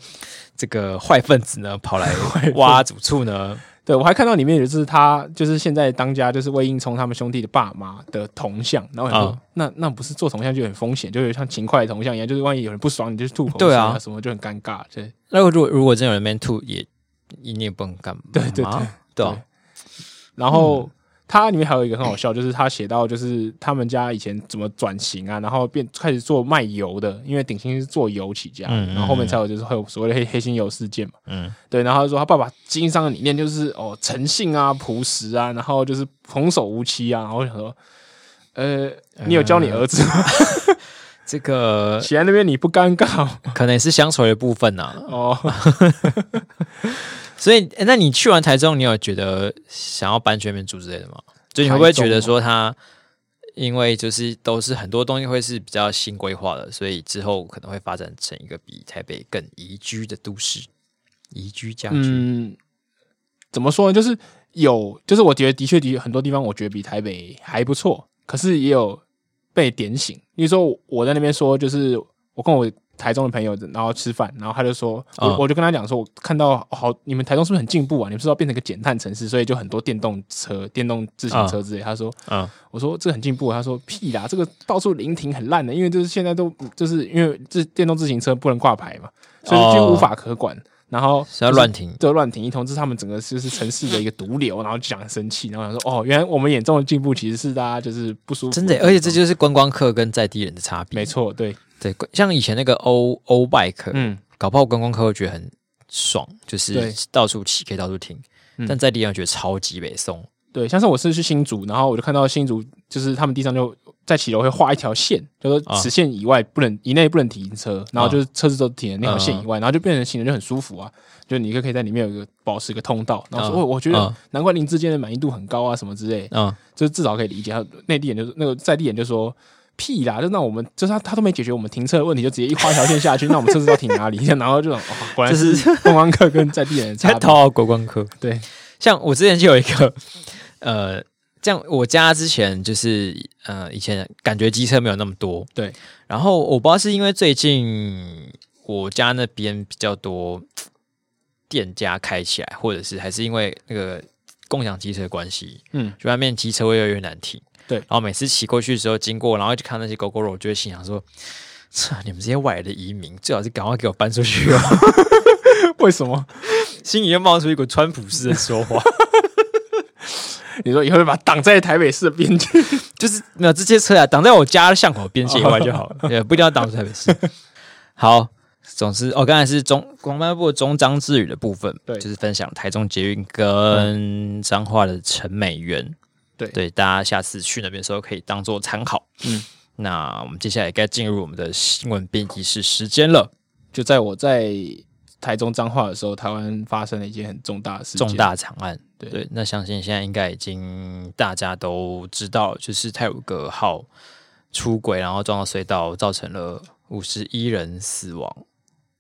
这个坏分子呢跑 来挖主处呢？对，我还看到里面就是他，就是现在当家就是魏应聪他们兄弟的爸妈的铜像，然后我想说、嗯那那不是做铜像就很风险，就有点像勤快的铜像一样，就是万一有人不爽你就吐口对水啊什么就很尴尬。对，那如果如果真有人 man two 也你也不能干嘛？对对对对啊对然嗯后它里面还有一个很好笑，就是他写到就是他们家以前怎么转型啊，然后变开始做卖油的，因为鼎新是做油起家，嗯嗯然后后面才有就是会有所谓的黑黑心油事件嘛。嗯，对，然后他说他爸爸经营商的理念就是哦诚信啊、朴实啊，然后就是童叟无欺啊。然后我想说，呃，你有教你儿子吗？这 个起来那边你不尴尬吗可能也是乡愁的部分呐、啊。哦？所以，诶那你去完台中，你有觉得想要搬去那边住之类的吗？就你会不会觉得说他，因为就是都是很多东西会是比较新规划的，所以之后可能会发展成一个比台北更宜居的都市，宜居家居。嗯，怎么说呢？就是有，就是我觉得的确的确很多地方，我觉得比台北还不错，可是也有被点醒。例如说，我在那边说，就是我跟我台中的朋友，然后吃饭，然后他就说，我、嗯我就跟他讲说，我看到好，你们台中是不是很进步啊？你们是不是要变成一个减碳城市，所以就很多电动车、电动自行车之类。他说，嗯我说这很进步，他说屁啦，这个到处临停很烂啊的，因为就是现在都就是因为这电动自行车不能挂牌嘛，所以就无法可管。然后哦是要就是乱停对，乱停一通，这是他们整个就是城市的一个毒瘤，然后就讲很生气，然后想说哦，原来我们眼中的进步其实是大家就是不舒服真的的地耶，方，而且这就是观光客跟在地人的差别。没错，对，对，像以前那个欧欧 bike，、嗯，搞不好观光客会觉得很爽，就是对到处骑可以到处停，嗯但在地人觉得超级北宋。对，像是我是去新竹，然后我就看到新竹就是他们地上就在骑楼会画一条线，就啊说此线以外不能、以内不能停车，然后就是车子都停在那条线啊以外，然后就变成行人就很舒服啊，就你就可以在里面有一个保持一个通道，然后说、啊哦我觉得啊难怪林志坚的满意度很高啊什么之类， 嗯，就是至少可以理解。他内地人就是那个在地人就说。屁啦！就那我们就是他，他都没解决我们停车的问题，就直接一画一条线下去，那我们车子要停哪里？然后就种、哦、果然就是观光客跟在地人的差在别。讨好国光科。对，像我之前就有一个， 呃，这样我家之前就是呃，以前感觉机车没有那么多，对，然后我不知道是因为最近我家那边比较多店家开起来，或者是还是因为那个共享机车的关系，嗯，就外面机车会越来越难停。对然后每次骑过去的时候经过，然后就看那些狗狗肉，我就会心想说： 操你们这些外来的移民，最好是赶快给我搬出去哦！ 为什么？心里又冒出一股川普式的说话，你说以后就把它挡在台北市的边界，就是没有这些车啊，挡在我家巷口边界以外就好 了，也不一定要挡在台北市。好，总之哦，刚才是中广播部中张志宇的部分，对就是分享台中捷运跟彰化的陈美园，对对，大家下次去那边的时候可以当做参考。嗯，那我们接下来该进入我们的新闻编辑室时间了，就在我在台中彰化的时候，台湾发生了一件很重大的事情，重大惨案。对对，那相信现在应该已经大家都知道，就是泰晤格号出轨，然后撞到隧道，造成了五十一人死亡，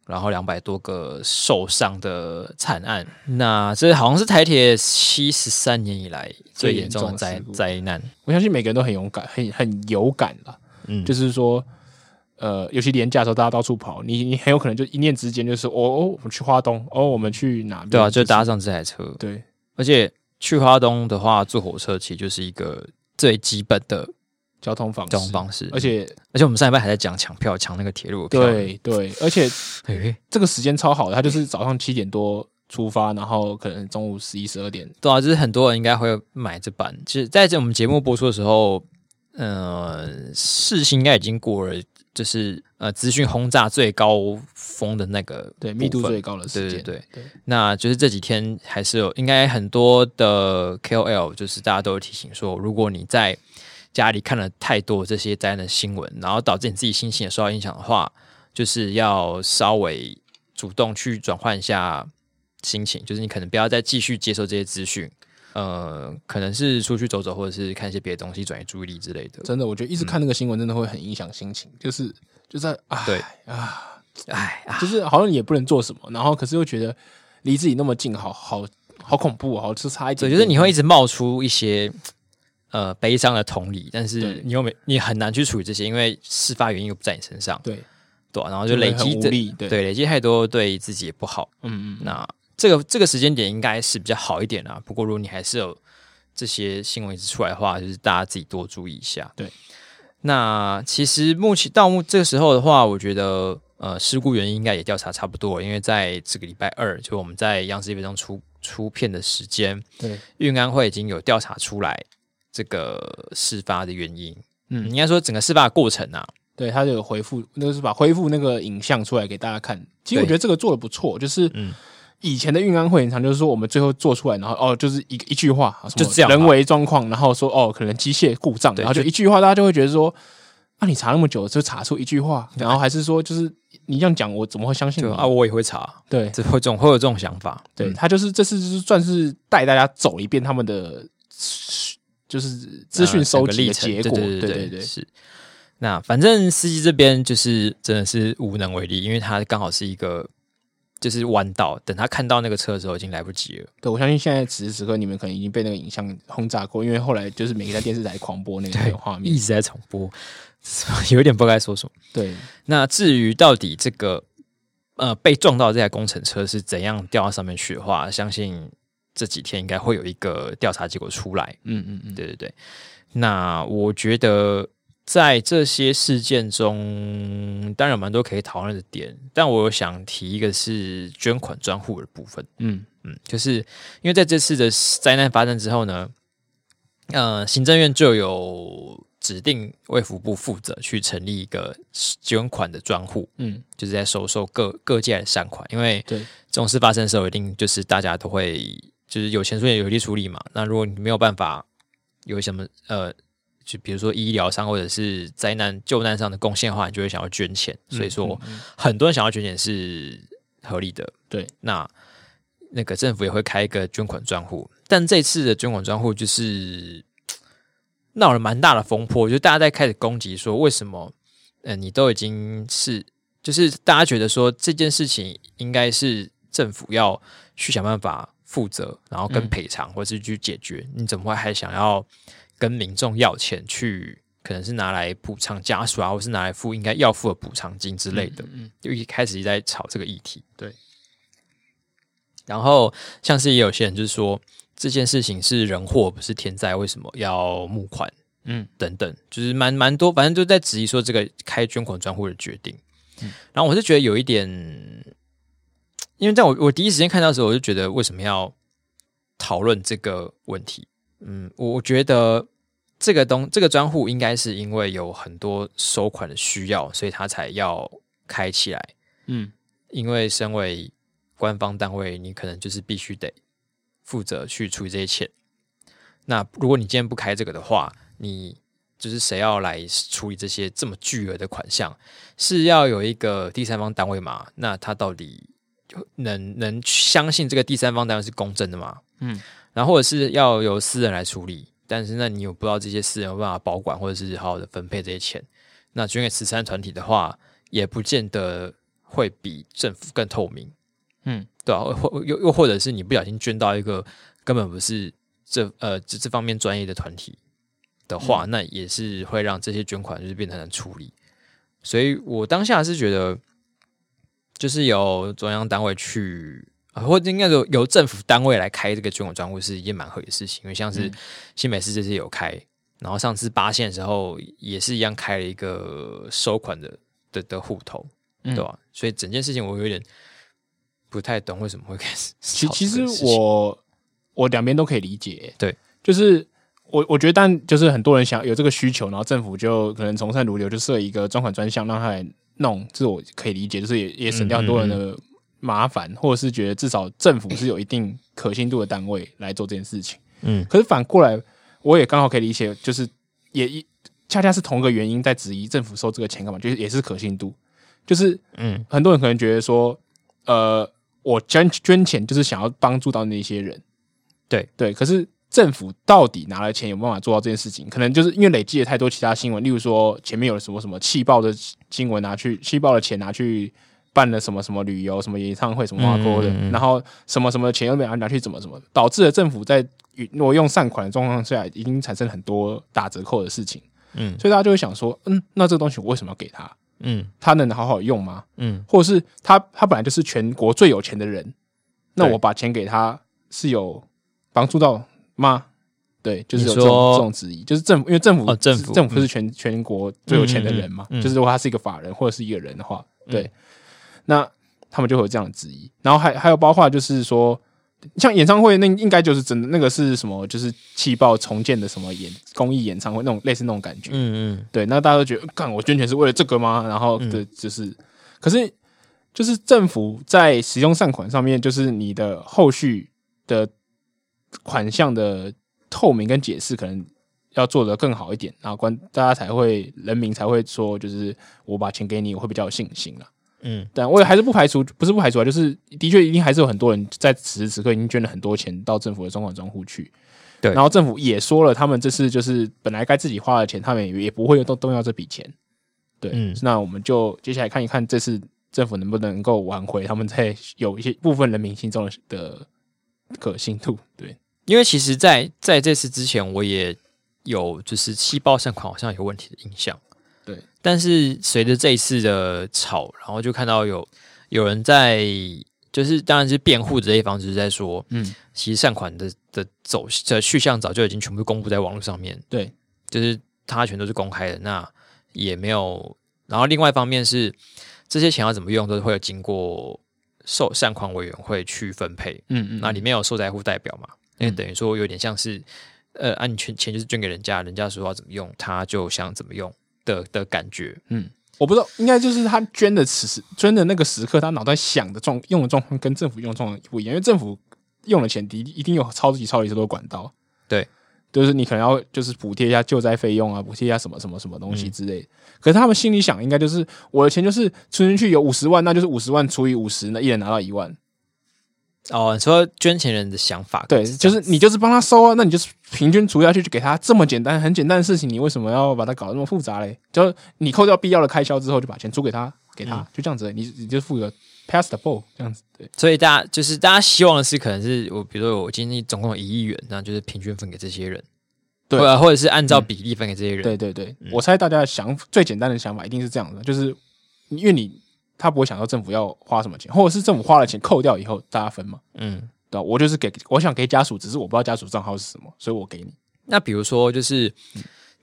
然后两百多个受伤的惨案。那这好像是台铁七十三年以来最最严重严重的的灾事故嗯灾难。我相信每个人都很勇敢，很很有感啦。嗯，就是是说，呃，尤其廉价的时候，大家到处跑，你你很有可能就一念之间就是哦哦，我们去花东，哦我们去哪边？对啊，就是搭上这台车，对而且去花东的话，坐火车其实就是一个最基本的交通方式，交通方式，而且而且我们上一班还在讲抢票，抢那个铁路的票。对对，而且嘿，这个时间超好的，他就是早上七点多出发，然后可能中午十一十二点，对啊，就是很多人应该会买这版。其实在这我们节目播出的时候，呃，事情应该已经过了，就是呃，资讯轰炸最高峰的那个对密度部分最高的时对对间，对，对那就是这几天还是有，应该很多的 KOL 就是大家都有提醒说，如果你在家里看了太多这些灾难的新闻，然后导致你自己心情也受到影响的话，就是要稍微主动去转换一下心情，就是你可能不要再继续接受这些资讯，呃，可能是出去走走，或者是看一些别的东西，转移注意力之类的。真的，我觉得一直嗯看那个新闻真的会很影响心情，就是就在啊，对啊，哎啊，就是好像你也不能做什么，然后可是又觉得离自己那么近，好好好恐怖哦，好就差一对，点点，就是你会一直冒出一些呃悲伤的同理，但是对你又没你很难去处理这些，因为事发原因又不在你身上，对，对啊吧、然后我就累积无的力，对对，累积太多对自己也不好。嗯嗯嗯，那这个这个时间点应该是比较好一点啦、不过如果你还是有这些新闻一直出来的话，就是大家自己多注意一下。对，那其实目前到目这个时候的话，我觉得呃事故原因应该也调查差不多了，因为在这个礼拜二，就我们在央视一分钟出出片的时间，对，运安会已经有调查出来这个事发的原因，嗯，嗯应该说整个事发的过程啊，对，他就有回复，那就是把恢复那个影像出来给大家看。其实我对觉得这个做的不错，就是嗯以前的运安会很常就是说我们最后做出来，然后哦，就是一一句话，啊什么就这样啊人为状况，然后说哦，可能机械故障，对然后就就一句话，大家就会觉得说。啊！你查那么久，就查出一句话，然后还是说，就是你这样讲，我怎么会相信就你？啊，我也会查，对这会总会有这种想法，对，嗯他就是这次就是算是带大家走一遍他们的，就是资讯呃整收个集历的程结对果。对对对是。那反正司机这边就是真的是无能为力，因为他刚好是一个就是弯道，等他看到那个车的时候已经来不及了。对，我相信现在此时此刻你们可能已经被那个影像轰炸过，因为后来就是每一家电视台狂播那个那个画一面。直在重播， 有点不该说什么。对，那至于到底这个呃被撞到的这台工程车是怎样掉到上面去的话，相信这几天应该会有一个调查结果出来。嗯嗯嗯，对对对，那我觉得在这些事件中，当然有蛮多可以讨论的点，但我有想提一个是捐款专户的部分。嗯嗯，就是因为在这次的灾难发生之后呢，呃，行政院就有指定卫福部负责去成立一个捐款的专户，嗯，就是在收受各各界的善款，因为对这种事发生的时候，一定就是大家都会就是有钱出钱，有力出力嘛。那如果你没有办法有什么呃，就比如说医疗上或者是灾难救难上的贡献的话，你就会想要捐钱。所以说，很多人想要捐钱是合理的。对，那那个政府也会开一个捐款专户，但这次的捐款专户就是闹了蛮大的风波，就是大家在开始攻击说，为什么嗯、呃你都已经是，就是大家觉得说这件事情应该是政府要去想办法负责，然后跟嗯赔偿、或是去解决，你怎么会还想要跟民众要钱去？可能是拿来补偿家属啊，或是拿来付应该要付的补偿金之类的。嗯就一开始一直在炒这个议题。对，然后像是也有些人就是说这件事情是人祸，不是天灾，为什么要募款？嗯，等等，就是蛮蛮多，反正就在质疑说这个开捐款专户的决定。然后我是觉得有一点，因为在我我第一时间看到的时候，我就觉得为什么要讨论这个问题？嗯，我我觉得这个东这个专户应该是因为有很多收款的需要，所以他才要开起来。嗯，因为身为官方单位，你可能就是必须得负责去处理这些钱。那如果你今天不开这个的话，你就是谁要来处理这些这么巨额的款项？是要有一个第三方单位嘛？那他到底能能相信这个第三方单位是公正的吗？嗯，然后或者是要由私人来处理，但是那你有不知道这些私人有办法保管或者是好好的分配这些钱，那捐给慈善团体的话，也不见得会比政府更透明。嗯，对啊，或又又或者是你不小心捐到一个根本不是这呃这这方面专业的团体的话，那也是会让这些捐款就是变得很难处理。所以我当下是觉得，就是由中央单位去，啊或者应该说由政府单位来开这个捐款专户是一件蛮合理的事情，因为像是新北市这次有开，然后上次八县的时候也是一样开了一个收款的的的户头，嗯对吧、所以整件事情我有点不太懂为什么会开始其吵其这实个事情。我我两边都可以理解，对，就是我我觉得，但就是很多人想有这个需求，然后政府就可能从善如流，就设一个专款专项让他来弄，这我可以理解，就是也也省掉很多人嗯的麻烦，或者是觉得至少政府是有一定可信度的单位来做这件事情。嗯可是反过来，我也刚好可以理解，就是也一恰恰是同一个原因在质疑政府收这个钱干嘛，就是也是可信度，就是嗯很多人可能觉得说，呃，我捐捐钱就是想要帮助到那些人，对对，可是政府到底拿了钱有没有办法做到这件事情？可能就是因为累积了太多其他新闻，例如说前面有什么什么气爆的新闻拿啊去气爆的钱拿去。办了什么什么旅游、什么演唱会、什么挂钩的，嗯嗯嗯然后什么什么钱又没有拿去怎么怎么，导致了政府在与挪用善款的状况下，已经产生很多打折扣的事情，嗯所以大家就会想说，嗯，那这个东西我为什么要给他？嗯他能好好用吗？嗯或者是他他本来就是全国最有钱的人，那对我把钱给他是有帮助到吗？对，就是有你这说种这种质疑，就是政府，因为政府、哦政府政府是全、全国最有钱的人嘛，嗯嗯嗯嗯嗯就是如果他是一个法人或者是一个人的话，对，那他们就会有这样的质疑。然后还还有包括就是说，像演唱会那应该就是真的那个是什么，就是气爆重建的什么演公益演唱会那种类似那种感觉，嗯嗯，对，那大家都觉得，呃干我捐钱是为了这个吗？然后嗯对，就是，可是就是政府在使用善款上面，就是你的后续的款项的透明跟解释，可能要做得更好一点，然后关大家才会人民才会说，就是我把钱给你，我会比较有信心啦。嗯，但我也还是不排除，不是不排除啊，就是的确一定还是有很多人在此时此刻已经捐了很多钱到政府的专款专户去。对然后政府也说了，他们这次就是本来该自己花的钱，他们也也不会动动用这笔钱。对，嗯那我们就接下来看一看这次政府能不能够挽回他们在有一些部分人民心中的的可信度。对，因为其实在，在这次之前，我也有就是气爆善款好像有问题的印象。对，但是随着这一次的吵，然后就看到有有人在，就是当然是辩护的这一方，就是在说，嗯，其实善款的的走的去向早就已经全部公布在网络上面，对，就是它全都是公开的，那也没有。然后另外一方面是，这些钱要怎么用，都会有经过受善款委员会去分配，嗯嗯那里面有受灾户代表嘛？因为等于说有点像是，呃，按、你钱钱就是捐给人家，人家说要怎么用，他就想怎么用的的感觉。我不知道，应该就是他捐的此时捐的那个时刻，他脑袋想的状用的状况跟政府用的状况不一样，因为政府用的钱的一定有超级超级多管道，对，就是你可能要就是补贴一下救灾费用啊，补贴一下什么什么什么东西之类的。可是他们心里想，应该就是我的钱就是存进去有五十万，那就是五十万除以五十，那一人拿到一万，哦，你说捐钱人的想法，对，就是你就是帮他收啊，那你就是平均除下去就给他这么简单很简单的事情，你为什么要把它搞得那么复杂嘞？就是你扣掉必要的开销之后，就把钱租给他，给他、就这样子，你你就负责 pass the ball 这样子，对，所以大家就是大家希望的是，可能是我，比如说我今天总共有一亿元，那就是平均分给这些人，对嗯或或者是按照比例分给这些人，对嗯对对，我猜大家的想最简单的想法一定是这样的，就是因为你他不会想到政府要花什么钱，或者是政府花了钱扣掉以后大家分嘛，嗯。对吧啊我就是给我想给家属，只是我不知道家属账号是什么，所以我给你，那比如说，就是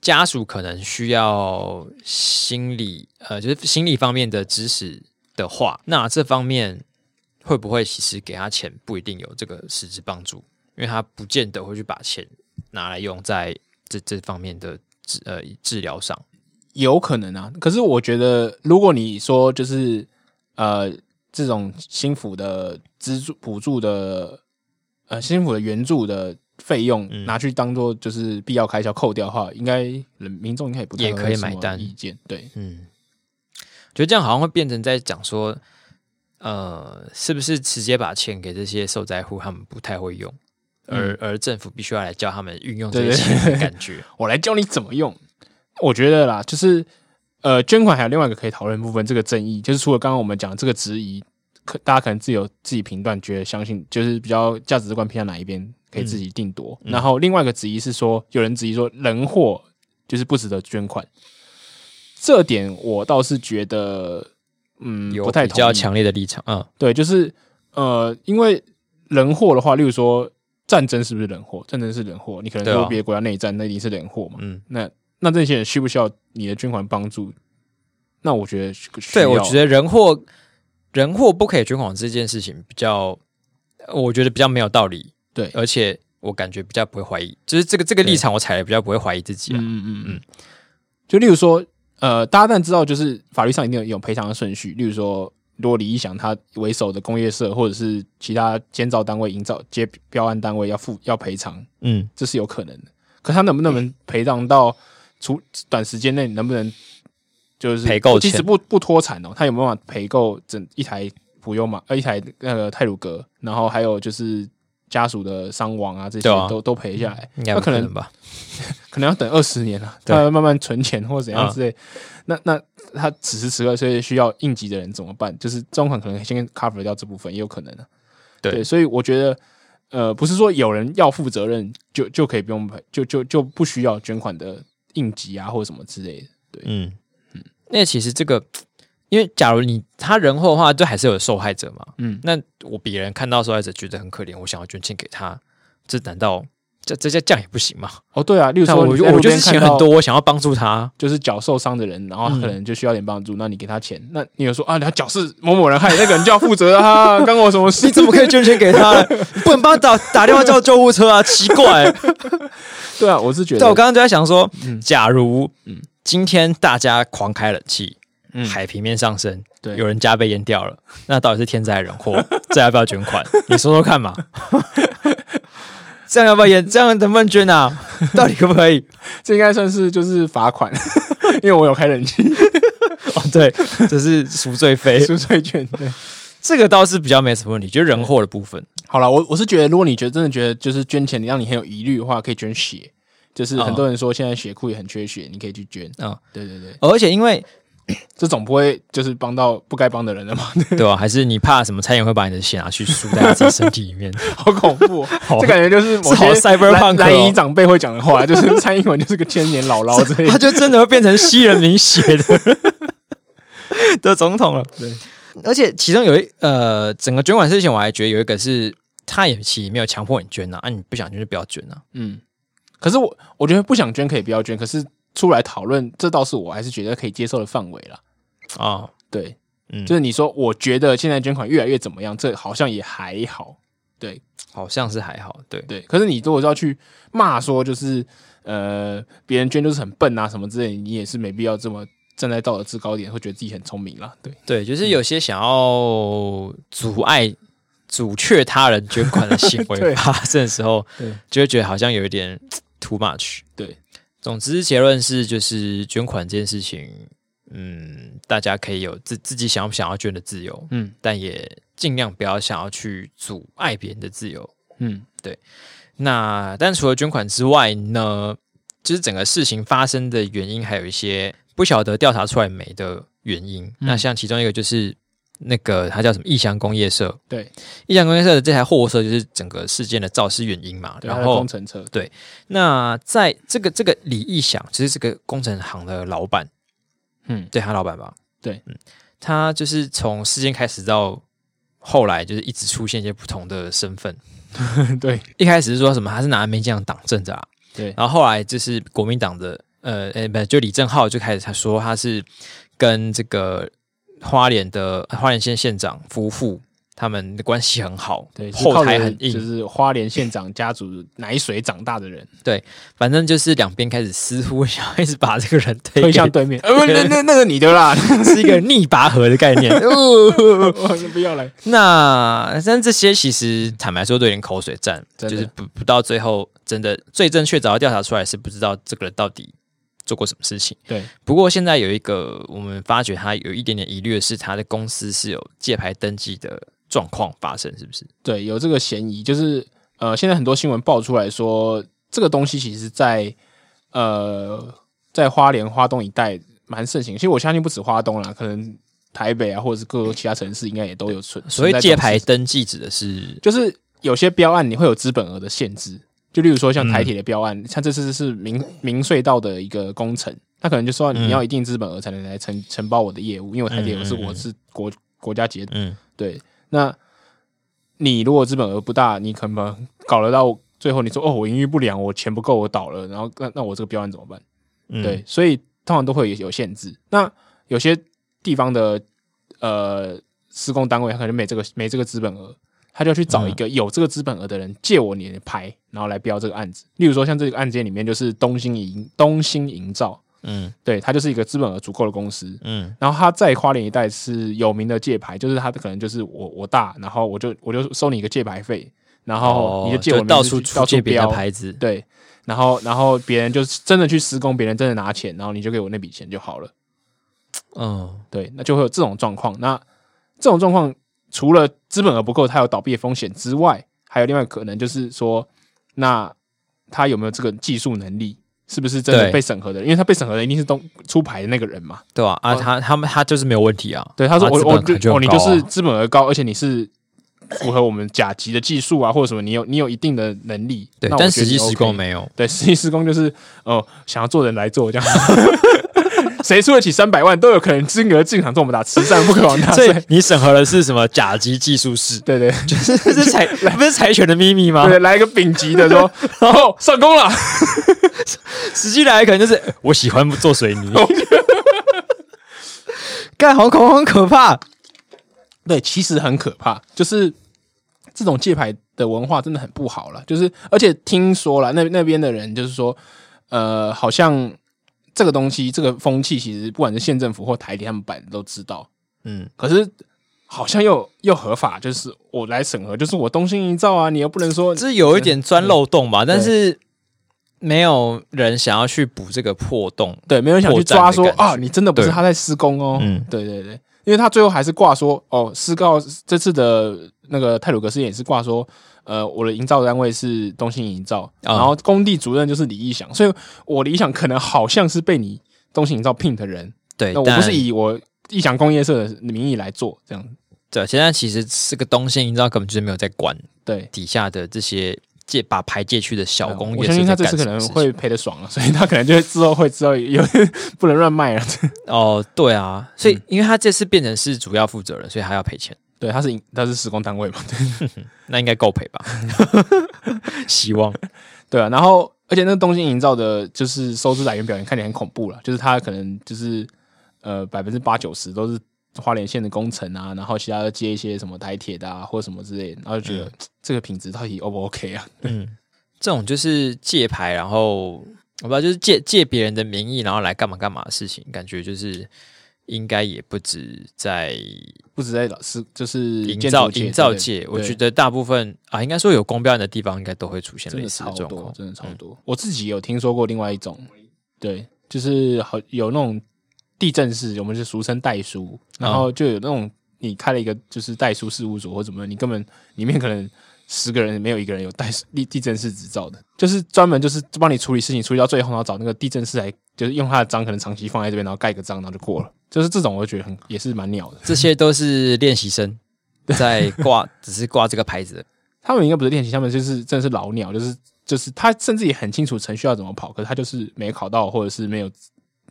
家属可能需要心理呃，就是心理方面的支持的话，那这方面会不会其实给他钱不一定有这个实质帮助，因为他不见得会去把钱拿来用在这这方面的治呃治疗上。有可能啊。可是我觉得，如果你说就是呃这种新府的资助补助的呃新府的援助的费用、嗯拿去当做就是必要开销扣掉的话，应该人民众应该也不太也会可以有什买么单意见对。嗯，觉得这样好像会变成在讲说，呃，是不是直接把钱给这些受灾户，他们不太会用，而、而政府必须要来教他们运用这对对些钱的感觉。我来教你怎么用。我觉得啦，就是呃，捐款还有另外一个可以讨论的部分，这个争议就是除了刚刚我们讲的这个质疑，可大家可能自己有自己评断，觉得相信就是比较价值观偏向哪一边，可以自己定夺。嗯然后另外一个质疑是说，有人质疑说人祸就是不值得捐款，这点我倒是觉得嗯有不太比较同意。强烈的立场，嗯，对，就是呃，因为人祸的话，例如说战争是不是人祸？战争是人祸，你可能对啊说别的国家内战，那一定是人祸嘛。嗯，那那这些人需不需要你的捐款帮助？那我觉得需需对，要我觉得人祸人祸不可以捐款这件事情比较，我觉得比较没有道理，对，而且我感觉比较不会怀疑，就是这个这个立对场我踩的比较不会怀疑自己啊，嗯嗯嗯嗯。就例如说，呃，大家但知道，就是法律上一定有有赔偿的顺序。例如说，如果李义祥他为首的工业社或者是其他监造单位、营造接标案单位要付要赔偿，嗯，这是有可能的。可他能不能赔偿到除短时间内能不能就是赔够即钱使不不脱产哦，他有没有办法赔够整一台普悠玛呃一台那个泰鲁格，然后还有就是家属的伤亡啊这些对啊都、都赔下来，应该那不可可能能吧？可能要等二十年了，对他要慢慢存钱或怎样嗯之类。那那他此时此刻所以需要应急的人怎么办？就是中款可能先 cover 掉这部分，也有可能啊。对所以我觉得，呃，不是说有人要负责任就就可以不用赔，就就就不需要捐款的应急啊或者什么之类的。对，嗯，那其实这个，因为假如你他人祸的话，就还是有受害者嘛。嗯，那我别人看到受害者觉得很可怜，我想要捐献给他，这难道这这这这样也不行吗？哦对啊，例如那说我你就在我路就是边钱看很到多，我嗯想要帮助他，就是脚受伤的人，然后他可能就需要点帮助，那你给他钱，那你有说啊，他脚是某某人害，那个人就要负责啊， 干我什么事？ 你怎么可以捐钱给他？ 不能帮他打打电话叫救护车啊？奇怪、对啊，我是觉对，得，我刚刚就在想说，嗯假如嗯今天大家狂开冷气，嗯海平面上升，对有人家被淹掉了，那到底是天灾还是人祸？ 这要不要捐款？你说说 看嘛。这样要不要淹？这样能不能捐 啊？到底可不可以？这应该算是就是罚款，因为我有开冷气，哦，对，这是赎 罪费，赎罪券。对，这个倒是比较没什么问题，就是人祸的部分。好了，我我是觉得，如果你觉得真的觉得就是捐钱让你很有疑虑的话，可以捐血。就是很哦多人说现在血库也很缺血，你可以去捐。嗯啊，对对对，而且因为这总不会就是帮到不该帮的人了嘛？ 对吧、还是你怕什么餐饮会把你的血拿去输在自己身体里面？好恐怖哦、好这感觉就是某是好些 cyberpunk 哦蓝蓝衣长辈会讲的话，就是蔡英文就是个千年 姥姥之类他的。就真的会变成吸人民血的 的总统了。对，而且其中有一呃，整个捐款事情，我还觉得有一个是，他也其实没有强迫你捐呐、啊，你不想捐就不要捐呐、嗯，可是我我觉得不想捐可以不要捐，可是出来讨论，这倒是我还是觉得可以接受的范围啦。啊。哦，对，嗯就是你说，我觉得现在捐款越来越怎么样，这好像也还好，对好像是还好，对，对。可是你如果要去骂说，就是呃，别人捐就是很笨啊什么之类，你也是没必要这么站在道德制高点，会觉得自己很聪明啦，对对，嗯就是有些想要阻碍、阻却他人捐款 的行为对发生的时候对，就会觉得好像有一点 too much。对，总之结论是，就是捐款这件事情，嗯，大家可以有自自己想不想要捐的自由，嗯但也尽量不要想要去阻碍别人的自由。嗯那但除了捐款之外呢，就是整个事情发生的原因，还有一些不晓得调查出来没的原因。嗯那像其中一个就是那个它叫什么异乡工业社，对。异乡工业社的这台货车就是整个事件的肇事原因嘛。对然还有后工程车，那在这个这个李义祥，其实是个工程行的老板，嗯对他老板吧，对，嗯，他就是从事件开始到后来，就是一直出现一些不同的身份。对一开始是说什么他是拿民进党党政的啊，对然后后来就是国民党的呃，诶，不，就李正浩就开始他说他是跟这个花莲的花莲县县长夫妇他们的关系很好，对，是后靠台着很硬，就是花莲县长家族奶水长大的 人反正就是两边开始似乎想要一直把这个人推推给向对面，呃，那那那个你的 啦， 是一个逆拔河的概念。 我不要来，那但这些其实坦白说都有点口水战，真就的是不不到最后真的最正确找到调查出来是不知道这个人到底做过什么事情。对，不过现在有一个我们发觉他有一点点疑虑的是，他的公司是有借牌登记的状况发生，是不是？对，有这个嫌疑，就是呃，现在很多新闻爆出来说，这个东西其实在呃在花莲、花东一带蛮盛行。其实我相信不止花东啦，可能台北啊，或者是各个其他城市，应该也都有存。所存以在这借种牌事情登记指的是就是有些标案你会有资本额的限制，就例如说像台嗯铁的标案，像这次是明明隧道的一个工程，它可能就说你要一定资本额才能来承承包我的业务，因为我台铁我是嗯嗯嗯嗯我是国国家级的嗯，对，那你如果资本额不大，你可能搞得到最后，你说哦，我盈余不良，我钱不够，我倒了，然后那那我这个标案怎么办？嗯对，，所以通常都会有有限制。那有些地方的呃施工单位，他可能没这个没这个资本额，他就去找一个有这个资本额的人借我你的牌，然后来标这个案子。例如说像这个案件里面就是东兴营东兴营造，嗯对，它就是一个资本额足够的公司，嗯然后他在花莲一带是有名的借牌，就是他可能就是我我大，然后我就我就收你一个借牌费，然后你就借我哦就名字到处去出到借处别人标的，牌子，对，然后然后别人就是真的去施工，别人真的拿钱，然后你就给我那笔钱就好了，嗯，对，那就会有这种状况。那这种状况除了资本额不够，它有倒闭的风险之外，还有另外一个可能就是说，那他有没有这个技术能力？是不是真的对被审核的人？因为他被审核的一定是东出牌的那个人嘛。对吧、啊，哦他他们他就是没有问题啊。对，他说啊我资我本就就哦，很你高就啊是资本额高，而且你是符合我们甲级的技术啊，或者什么，你有你有一定的能力。对那，我但觉得实际你 OK 施工没有。对，实际施工就是哦、想要做人来做这样。 谁出得起三百万，都有可能金额进场这么大，慈善不可往大。所所以以你审核的是什么甲级技术士？对对就是这是财不是财权的秘密吗？对，来一个丙级的说，然后上工了，实际来可 能就是哦呃我喜欢做水泥，干好恐很可怕。对，其实很可怕，就是这种借牌的文化真的很不好了。就是而且听说了，那那边的人就是说，呃，好像这个东西，这个风气，其实不管是县政府或台里他们摆的都知道，嗯，可是好像又又合法，就是我来审核，就是我东兴营造啊，你又不能说这有一点钻漏洞吧，但是没有人想要去补这个破洞。对，没有人想去抓说破绽的感觉啊，你真的不是对他在施工哦。嗯对对对，因为他最后还是挂说哦，施告这次的那个泰鲁格事件也是挂说，呃，我的营造单位是东兴营造，啊然后工地主任就是李义祥，所以我李义祥可能好像是被你东兴营造聘的人，对，那我哎但不是以我义祥工业社的名义来做这样。对，现在其实这个东线营造根本就是没有在管对，底下的这些借把牌借去的小工业，嗯我相信他这次可能会赔的爽了，啊所以他可能就会之后会知道有不能乱卖了。 哦，对啊，所嗯以因为他这次变成是主要负责人，所以他要赔钱，对，他是营他是施工单位嘛，对那应该够 赔吧？希望对啊，然后而且那个东京营造的，就是收支来源表也看起来很恐怖了，就是它可能就是呃百分之八九十都是花莲县的工程啊，然后其他的接一些什么台铁的啊或者什么之类的，然后就觉得、嘖这个品质到底 O 不 OK 啊？嗯，这种就是借牌，然后我不知道，就是借借别人的名义，然后来干嘛干嘛的事情，感觉就是应该也不止在不止在老师就是营建造筑界营造对界，对我觉得大部分啊，应该说有公标案的地方，应该都会出现真类的似超状多，况。真的超多。我自己有听说过另外一种，对，就是好有那种地震式，我们是俗称代书，然嗯后就有那种你开了一个就是代书事务所或怎么，你根本里面可能十个人没有一个人有代书地地震式执照的，就是专门就是帮你处理事情，处理到最后，然后找那个地震师来，就是用他的章可能长期放在这边，然后盖个章，然后就过了。就是这种，我觉得很也是蛮鸟的。 这些都是练习生在 挂，只是挂这个牌子。他们应该不是练习，他们就是真的是老鸟，就是就是他甚至也很清楚程序要怎么跑，可是他就是没考到，或者是没有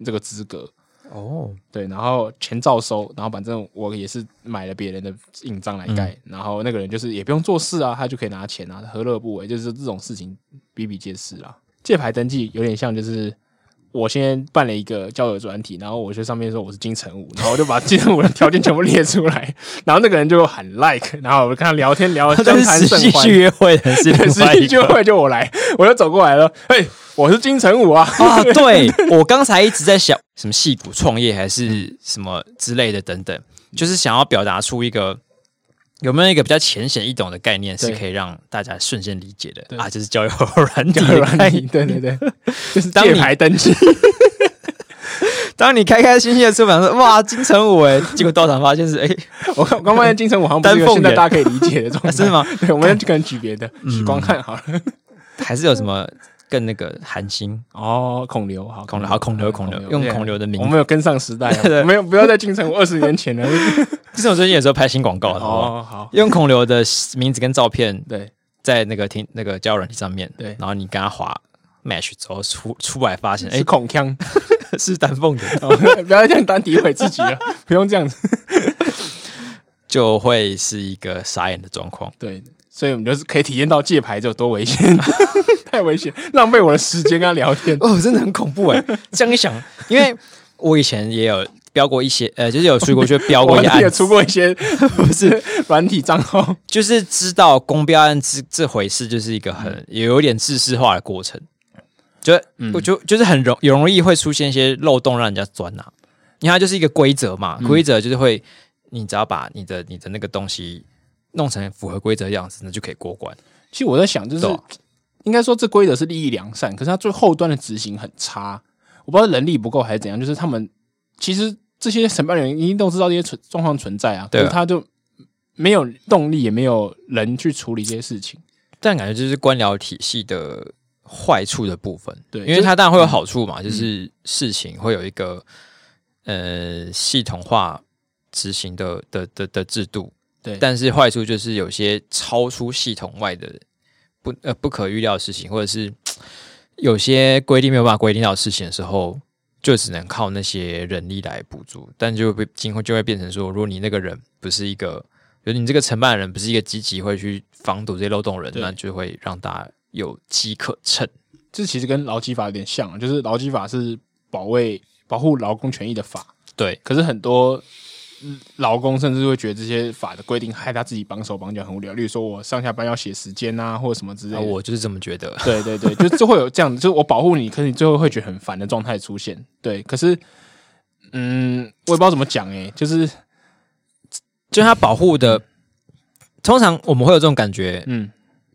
这个资格。 哦，对，然后钱照收，然后反正我也是买了别人的印章来盖，嗯然后那个人就是也不用做事啊，他就可以拿钱啊，何乐不为？就是这种事情比比皆是啦。借牌登记有点像就是我现在办了一个交友专题，然后我就上面说我是金城武，然后我就把金城武的条件全部列出来， 然后那个人就喊 like，然后我就跟他聊天聊得就相是谈实甚际欢去，约会 的是对另实外际一聚个。会就我来，我就走过来了，嘿，我是金城武啊， 啊，对我刚才一直在想什么戏骨创业还是什么之类的等等，就是想要表达出一个有没有一个比较浅显易懂的概念，是对可以让大家瞬间理解的对啊，就是 交友软体交的友软概体念。 对对 对，就是当借你牌登 记，当你开开心心的出版说哇金城武哎，结果到场发现是哎、我刚我刚发现金城武好像不是一丹个凤现在眼大家可以理解的状态，啊 真的吗？ 嗯对，我们就可能举别的，许光汉好了。还是有什么更那个寒心哦，孔刘，好，孔刘好孔刘嗯孔刘用孔刘的名啊我们有跟上时代啊，对 对没有不要再进城，我二十年 前了。就是我最近有时候拍新广告，好不好？哦，好，用孔刘的名字跟照片对，在那个听那个交友软体上面，对然后你跟他滑 match 之后出出来发现，哎是，孔 锵，是丹凤眼，哦 不要这样单诋毁自己了， 不用这样子。 就会是一个傻眼的状况。对，所以我们就是可以体验到借牌这有多危险， 太危险，浪费我的时间跟他聊天。哦，真的很恐怖哎！ 这样一想，因为我以前也有标过一些，呃，就是有出国去标过我 一些案也子出，过一 些不是软体账号，就是知道公标案这这回事，就是一个嗯很也有点制式化的过程。就我就就是很容容易会出现一些漏洞，让人家钻啊。因为它就是一个规则嘛，嗯规则就是会，你只要把你的你的那个东西弄成符合规则的样子，那就可以过关。其实我在想，就是对啊应该说这规则是利益良善，可是它最后端的执行很差。我不知道人力不够还是怎样，就是他们其实这些审判人员一定都知道这些存状况存在啊，对啊可是他就没有动力，也没有人去处理这些事情。但感觉就是官僚体系的坏处的部分，对因就为是嗯它当然会有好处嘛，就是事情会有一个呃系统化执行的的的的制度，对但是坏处就是有些超出系统外的不呃不可预料的事情，或者是有些规定没有办法规定到的事情的时候，就只能靠那些人力来补助，但就会被今后就会变成说，如果你那个人不是一个，就是你这个承办人不是一个积极会去防堵这些漏洞人，对那就会让大家有机可乘。这其实跟劳基法有点像啊，就是劳基法是保卫保护劳工权益的法，对，可是很多嗯劳工甚至会觉得这些法的规定害他自己绑手绑脚很无聊，例如说我上下班要写时间啊，或者什么之类那的。我就是这么觉得。对对对，就就会有这样，就是我保护你，可是你最后会觉得很烦的状态出现。对，可是，嗯，我也不知道怎么讲诶、就是就他保护的，通常我们会有这种感觉，嗯，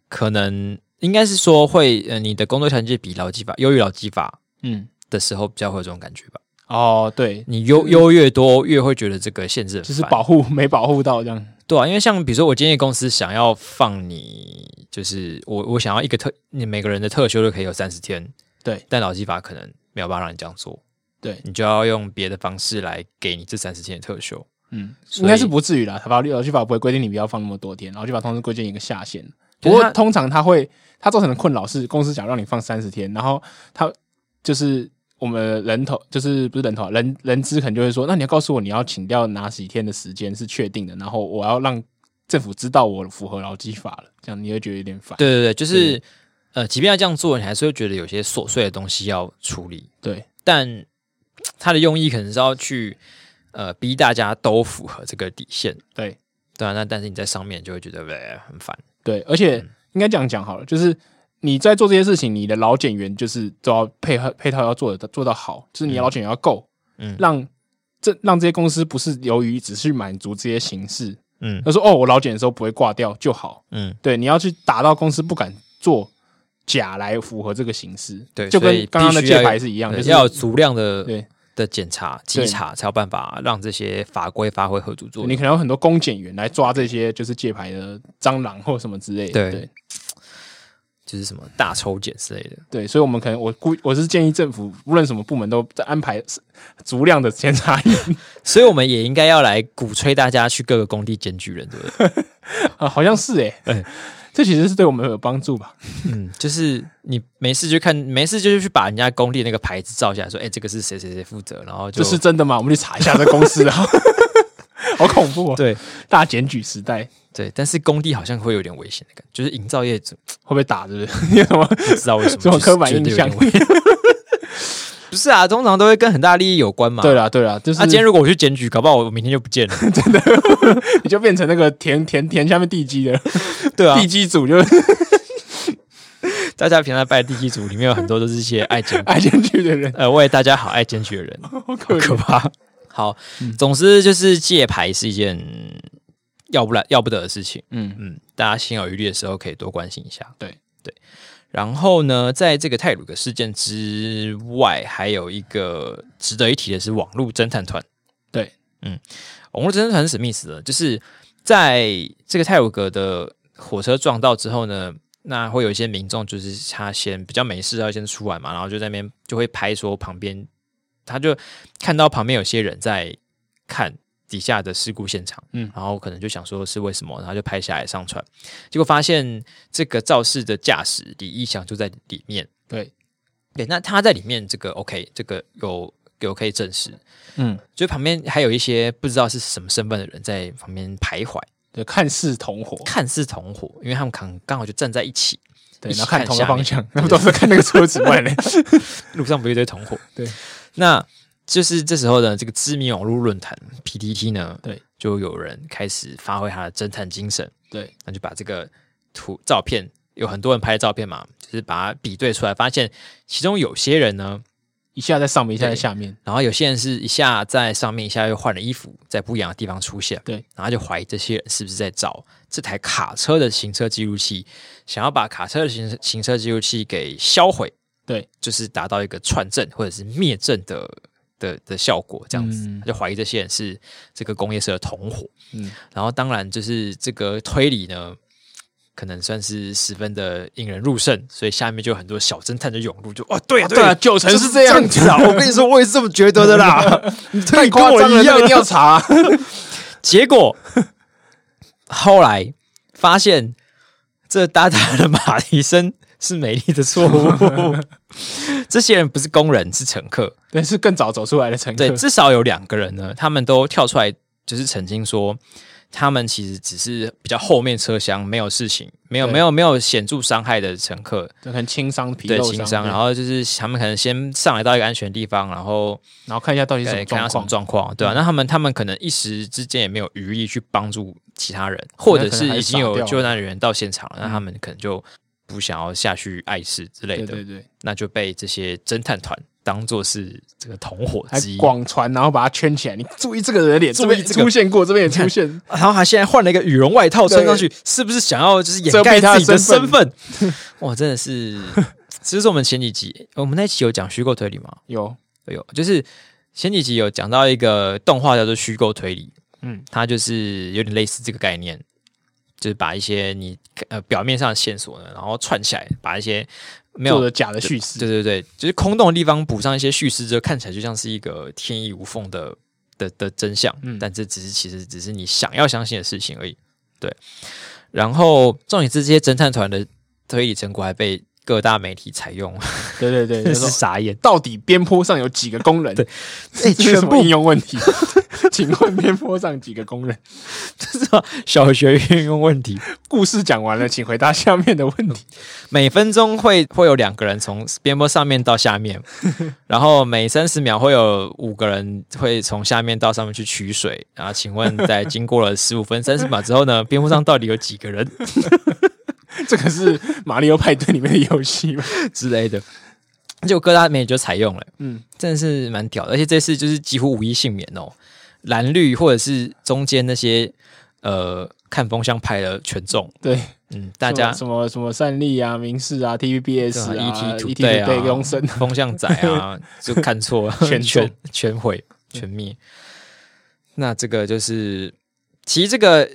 可能应该是说会，呃，你的工作条件比劳基法优于劳基法嗯，的时候，比较会有这种感觉吧。哦，对，你优优越多，越会觉得这个限制很就是烦保护没保护到这样，对啊，因为像比如说，我今天公司想要放你，就是我我想要一个特，你每个人的特休都可以有三十天，对，但劳基法可能没有办法让你这样做，对，你就要用别的方式来给你这三十天的特休。嗯，所以应该是不至于啦。法律劳基法不会规定你不要放那么多天，劳基法通常规定一个下限。不可是过它通常它会，它造成的困扰是公司想让你放三十天，然后它就是我们人头就是不是人头啊人人资可能就会说，那你要告诉我你要请掉哪几天的时间是确定的，然后我要让政府知道我符合劳基法了，这样你会觉得有点烦。对对对，就是呃，即便要这样做，你还是会觉得有些琐碎的东西要处理，对但它的用意可能是要去呃逼大家都符合这个底线，对对啊，那但是你在上面就会觉得呃很烦，对，而且嗯应该这样讲好了，就是你在做这些事情，你的劳检员就是都要配合配套要做的做到好，就是你的劳检员要够，嗯让这让这些公司不是由于只是满足这些形式，嗯他说哦，我劳检的时候不会挂掉就好，嗯，对，你要去打到公司不敢做假来符合这个形式，对就所跟以刚刚的必须要借牌有是一样，对就是要有足量的对的检查、稽对查，才有办法让这些法规发挥合主作你用。可能有很多公检员来抓这些就是借牌的蟑螂或什么之类的，对对就是什么大抽检之类的，对，所以我们可能我估我是建议政府无论什么部门都在安排足量的检查 员，所以我们也应该要来鼓吹大家去各个工地检举人，对不 对？啊，好像是哎、哎这其实是对我们有帮助吧？嗯，就是你没事就看，没事就是去把人家工地那个牌子照下来，说，哎、这个是谁谁谁负责，然后就这是真的吗？我们去查一下这公司 啊，好恐怖哦！对大检举时代对，但是工地好像会有点危险的感觉，就是营造业主 会被打，是不是？你有什么 不知道为什么，这种就是刻板印觉得有点象危险不是啊，通常都会跟很大利益有关 嘛。啊对啦对啦，就是那、今天如果我去检举，搞不好我明天就 不见了。你就变成那个田田田下面地基的、对啊，地基组，就是 大家平常拜地基组里面有很多都是一些爱检举，爱进去的人，呃，为大家好爱检举的人， 好可怜。 可嗯怕。好，总之就是戒牌是一件要不然要不得的事情。嗯，嗯，大家心有余力的时候可以多关心一下。对对，然后呢，在这个泰鲁格事件之外，还有一个值得一提的是网络侦探团。对，嗯，网络侦探团是什么意思呢？就是在这个泰鲁格的火车撞到之后呢。那会有一些民众，就是他先比较没事，要先出来嘛，然后就在那边就会拍说旁边，他就看到旁边有些人在看底下的事故现场，嗯然后可能就想说是为什么，然后就拍下来上传，结果发现这个肇事的驾驶李义祥就在里面。对，对，那他在里面这个 OK，这个有有可以证实，嗯，就旁边还有一些不知道是什么身份的人在旁边徘徊，对，看似同伙，看似同伙，因为他们刚刚好就站在一起，对，一起然后看看同下个方面向，他们都是看那个车子 外嘞。路上不是一堆同伙。对，那就是这时候呢，这个知名网络论坛 PTT 呢，对，就有人开始发挥他的侦探精神，对，那就把这个图照片，有很多人拍的照片嘛，就是把它比对出来，发现其中有些人呢，一下在上面，一下在对下面，然后有些人是一下在上面，一下又换了衣服，在不一样的地方出现，对，然后就怀疑这些人是不是在找这台卡车的行车记录器，想要把卡车的行行车记录器给销毁，对，就是达到一个串证或者是灭证的的的效果，这样子，嗯他就怀疑这些人是这个工业社的同伙。嗯，然后当然就是这个推理呢，可能算是十分的引人入胜，所以下面就有很多小侦探的涌入，就哦，对啊，对啊，九成就是是这这样样子啊！我跟你说，我也是这么觉得 的啦。你太太夸张了，一这个一定要样。啊查。结果后来发现，这大大的马蹄声是美丽的错 误。这些人不是工人，是乘客。对，是更早走出来的 乘客对，。至少有两个人呢，他们都跳出来，就是澄清说，他们其实只是比较后面车厢，没有事情，没有对没有没有显著伤害的乘客，对，很轻伤、皮对肉轻伤，对然后就是他们可能先上来到一个安全地方，然后然后看一下到底是什对么看他状什么况，嗯状况，对啊，那他们他们可能一时之间也没有余力去帮助其他人，或者可能是还已经傻有掉救难人员到现场了，嗯那他们可能就不想要下去碍事之类对的对，对，那就被这些侦探团当做是这个同伙还之一。广传，然后把它圈起来。你注意这个人的脸，注这意边这个出现过，这边也出现。然后他现在换了一个羽绒外套穿上去，是不是想要就是掩盖自己的身份？ 哇，真的是，其实我们前几集，呃我们那一期有讲虚构推理吗？有，有，就是前几集有讲到一个动画叫做虚构推理，嗯，它就是有点类似这个概念，就是把一些你呃表面上的线索呢，然后串起来，把一些没做有的假的叙事。对对对，就是空洞的地方补上一些叙事之后，看起来就像是一个天衣无缝的的的真相。嗯但这只是其实只是你想要相信的事情而已。对，然后重点是这些侦探团的推理成果还被各大媒体采用，对对对，就 真是是说傻眼。到底边坡上有几个工人？对哎、 这是全什么部应用问题。 请问边坡上几个工人？知道小学运用问题，故事讲完了，请回答下面的问题。每分钟会会有两个人从边坡上面到下面，然后每三十秒会有五个人会从下面到上面去取水。然后请问，在经过了十五分三十秒之后呢，边坡上到底有几个人这个是马里奥派对里面的游戏吗？之类的？就各大媒体就采用了，嗯，真的是蛮屌的。而且这次就是几乎无一幸免哦，蓝绿或者是中间那些呃看风向派的全中，对，嗯，大家什么什么善利啊、明视啊、TVBS 对啊、啊 ET ET Today 啊对公生，风向仔 啊，就看错全嗯全中全毁全灭。那这个就是，其实这个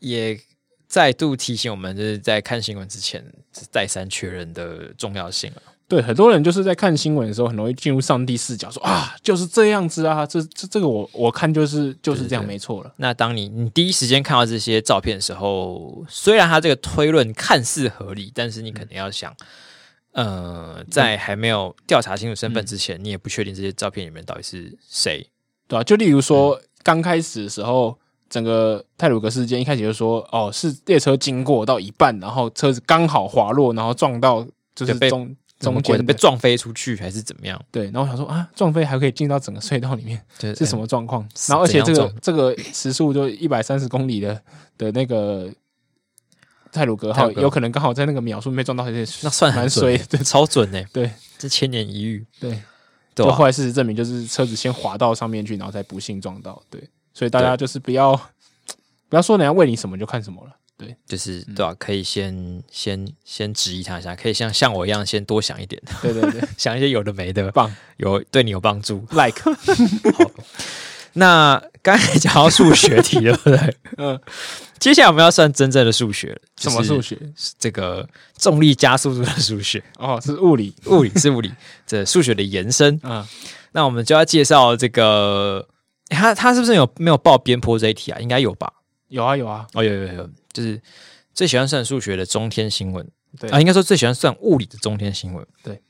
也再度提醒我们，就是在看新闻之前再三确认的重要性了。 对，很多人就是在看新闻的时候，很容易进入上帝视角，说 啊，就是这样子啊，这这这个我我看就是就是这样，对对没错了。那当你你第一时间看到这些照片的时候，虽然它这个推论看似合理，但是你肯定要想，呃，在还没有调查清楚身份之前，你也不确定这些照片里面到底是谁。对啊，就例如嗯说刚开始的时候，整个泰鲁格事件一开始就说，哦，是列车经过到一半，然后车子刚好滑落，然后撞到就是就被中中间间被的撞飞出去还是怎么样？对，然后我想说啊，撞飞还可以进到整个隧道里面，对，是什么状况？是然后而且这怎个样这个时速就一百三十公里的的那个泰鲁格泰号，鲁格有可能刚好在那个秒数被撞到，而且那算很哎蛮准欸衰， 对超准呢、对这千年一遇，对。对啊就吧、后来事实证明，就是车子先滑到上面去，然后再不幸撞到。对，所以大家就是不要不要说人家喂你什么就看什么了。对，就是嗯对吧、可以先先先质疑他一下，可以像像我一样先多想一点， 对对对，想一些有的没的，棒有对你有帮助。 ，like，那刚才讲到数学题， 对不对？嗯，接下来我们要算真正的数学了，什么数学？学？这个重力加速度的数学， 哦，是物理。物理是物理，这数学的延伸。嗯，那我们就要介绍这个，诶他他是不是有没有报边坡这一题啊？应该有吧？有啊有啊，哦，有有有有，就是最喜欢算数学的中天新闻，对啊，应该说最喜欢算物理的中天新闻，对。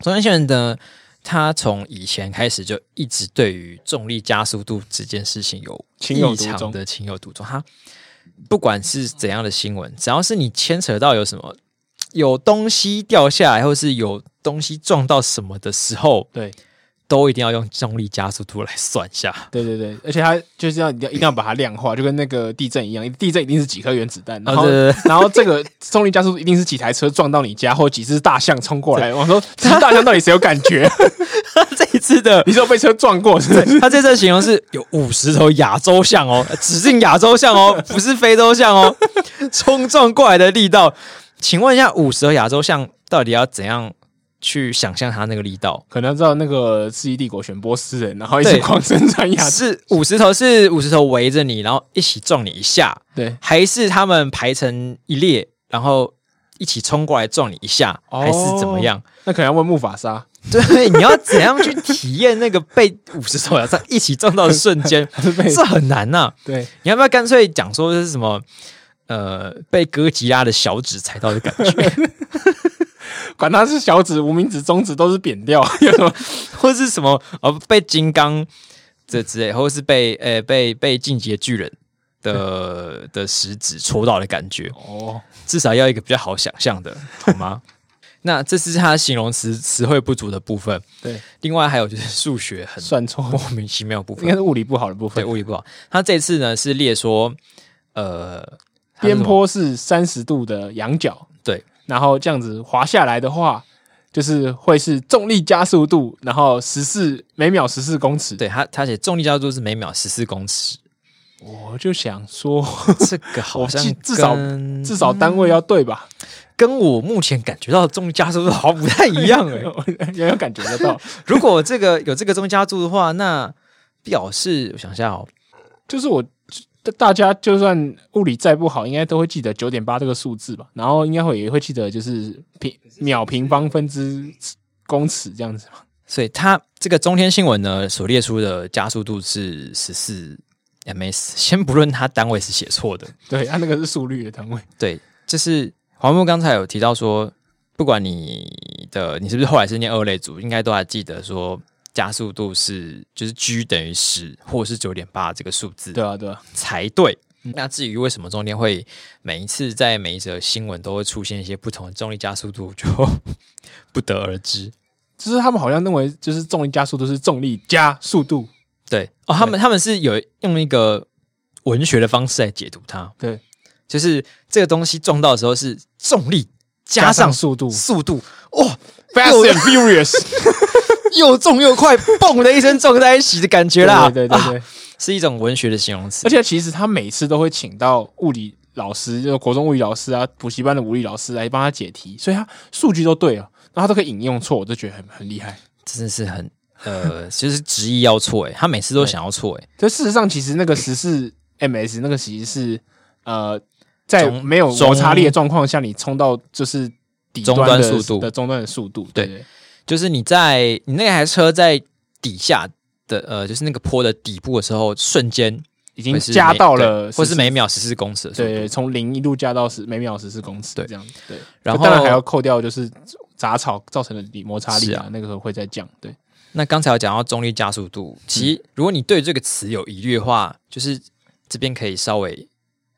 中天新闻呢，他从以前开始就一直对于重力加速度这件事情有情有异独常钟的情有独钟。他不管是怎样的新闻，只要是你牵扯到有什么有东西掉下来，或是有东西撞到什么的时候，对都一定要用重力加速度来算一下。对对对，而且它就是要一定要一定要把它量化，就跟那个地震一样，地震一定是几颗原子弹，然哦后、对对然后这个 重力加速度一定是几台车撞到你家，或几只大象冲过来。我说这只大象到底谁有感觉？ 这一次的你是有被车撞过是不是？ 他这次的形容是有五十头亚洲象哦，指定亚洲象 哦，不是非洲象哦，冲撞过来的力道。请问一下，五十头亚洲象到底要怎样去想象它那个力道？可能知道那个世纪帝国选波斯人，然后一直对狂生产亚 洲，是五十头是五十头围着你，然后一起撞你一下，对，还是他们排成一列，然后一起冲过来撞你一下，哦还是怎么样？那可能要问木法沙， 对，你要怎样去体验那个被五十头亚洲象一起撞到的瞬 间？还是被这很难啊呐、对你要不要干脆讲说是什么？呃，被哥吉拉的小指踩到的感 觉，管他是小指、无名指、中指都是扁 掉，有什么或是什么呃被金刚这之类，或是被呃被被进阶巨人 的的食指戳到的感觉，哦，至少要一个比较好想象的，好 吗？那这是它形容词词汇不足的部分。对，另外还有就是数学很算错，莫名其妙的部应该分，是物理不好的部对分。物理不好。它这次呢是列说，呃，它是什边么坡是三十度的仰角，对，然后这样子滑下来的话，就是会是重力加速度，然后十四每秒十四公尺。，对它它写重力加速度是每秒十四公尺，我就想说， 这个好我像记 至少跟至少单位要对 吧？跟我目前感觉到的重力加速度好像不太一样哎、 也有感觉得到，如果这个有这个重力加速度的话，那表示我想一下哦，就是我。大家就算物理再不好，应该都会记得九点八这个数字吧，然后应该会也会记得就是平秒平方分之公尺这样子吧。所以它这个中天新闻呢所列出的加速度是十四 ms，先不论它单位是写错的，对，啊它、那个是速率的单位。对，就是黄木刚才有提到说，不管你的你是不是后来是念二类组，应该都还记得说。加速度是就是 g 等于十，或者是九点八这个数字。对啊，对啊，才对。那至于为什么中间会每一次在每一则新闻都会出现一些不同的重力加速度，就 不得而知。就是他们好像认为就是重力加速度是重力加速度，对哦，他们他们是有用一个文学的方式来解读它，对，就是这个东西撞到的时候是重力加加上上速度速度， 哇、 ，fast and furious，又重又快，嘣的一声撞在一起的感觉 啦，对对对啊对，是一种文学的形容词而。且其实他每次都会请到物理老师，就是国中物理老师啊，补习班的物理老师来帮他解题，所以他数据都对了，啊然后他都可以引用错，我就觉得很很厉害。真的是很呃，就是执意要错诶、欸他每次都想要错诶、欸这事实上其实那个十四 ms 那个其实是呃，在中没有摩擦力的状况下，你冲到就是底终端端的速度的终端的速度，对对对就是你在你那台车在底下的呃，就是那个坡的底部的时候，瞬间已已经加到了或是14每秒十四公尺的速度。对，从零一路加到十每秒十四公尺，对这样子。对，然后当然还要扣掉就是杂草造成的摩擦力是啊啊，那个时候会再降。对，那刚才有讲到重力加速嗯度，其实如果你对这个词有疑虑的话，就是这边可以稍微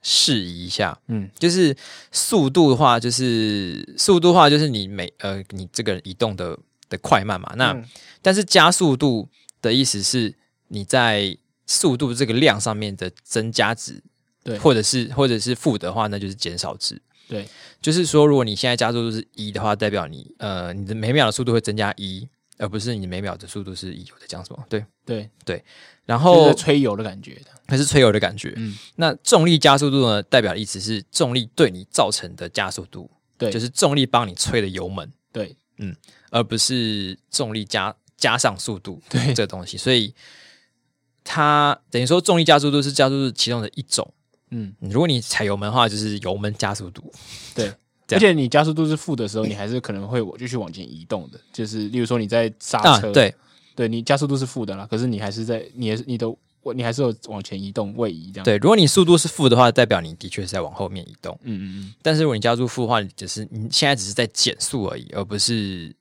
试一下，嗯嗯，就是速度的话，就是速度的话，就是你每呃你这个人移动的的快慢嘛。那、嗯但是加速度的意思是你在速度这个量上面的增加值，对或者是或者是负的话，那就是减少值。对，就是说，如果你现在加速度是一的话，代表你呃你的每秒的速度会增加一，而不是你每秒的速度是一。我在讲什么？对，对，然就后是吹油的感觉的，还是吹油的感觉。嗯那重力加速度呢，代表的意思是重力对你造成的加速度，对就是重力帮你吹的油门，对而不是重力加加上速度对这个东西。所以它等于说重力加速度是加速度其中的一种。嗯，如果你踩油门的话，就是油门加速度。对。 这而且样你加速度是负的时候，你还是可能会我继续往前移动的，就是例如说你在刹啊车，，对对你加速度是负的啦，可是你还是在你也是你的你还是有往前移动位移这样，，对，如果你速度是负的话，代表你的确是在往后面移动。嗯嗯但是如果你加速负的话，你只是你现在只是在减速而已，而不是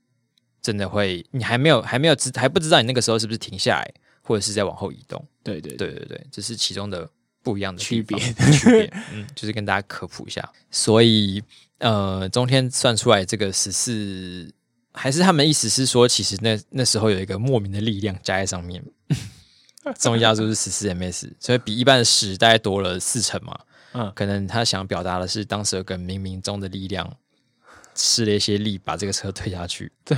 真的会，你还没有还没有知还不知道你那个时候是不是停下来，或者是在往后移动。嗯，对对对对对，这是其中的不一样的地区别方 区别，嗯，就是跟大家科普一下。所以呃，中天算出来这个十四，还是他们意思是说，其实那那时候有一个莫名的力量加在上面。重力加速是十四 ms，所 以比一般的十大概多了四成嘛。嗯可能他想表达的是，当时有个冥冥中的力量施了一些力，把这个车推下去， 对，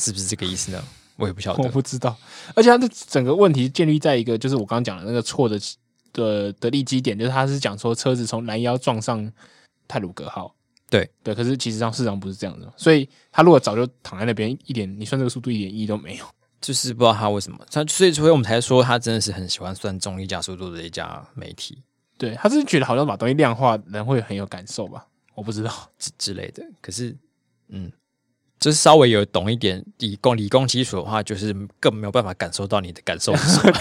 是不是这个意思呢？我也不晓我得。不知道。而且它的整个问题建立在一个，就是我刚刚讲的那个错的的的立基点，就是他是讲说车子从拦腰撞上泰鲁格号。对对，可是其实上市场不是这样的，所以他如果早就躺在那边，一点你算这个速度一点意义都没有。就是不知道他为什么，他所以所以我们才说他真的是很喜欢算重力加速度的一家媒体对，他是觉得好像把东西量化，人会很有感受吧？我不知道。之之类的。可是，嗯，就是稍微有懂一点理工理工基础的话，就是更没有办法感受到你的感受是什 么，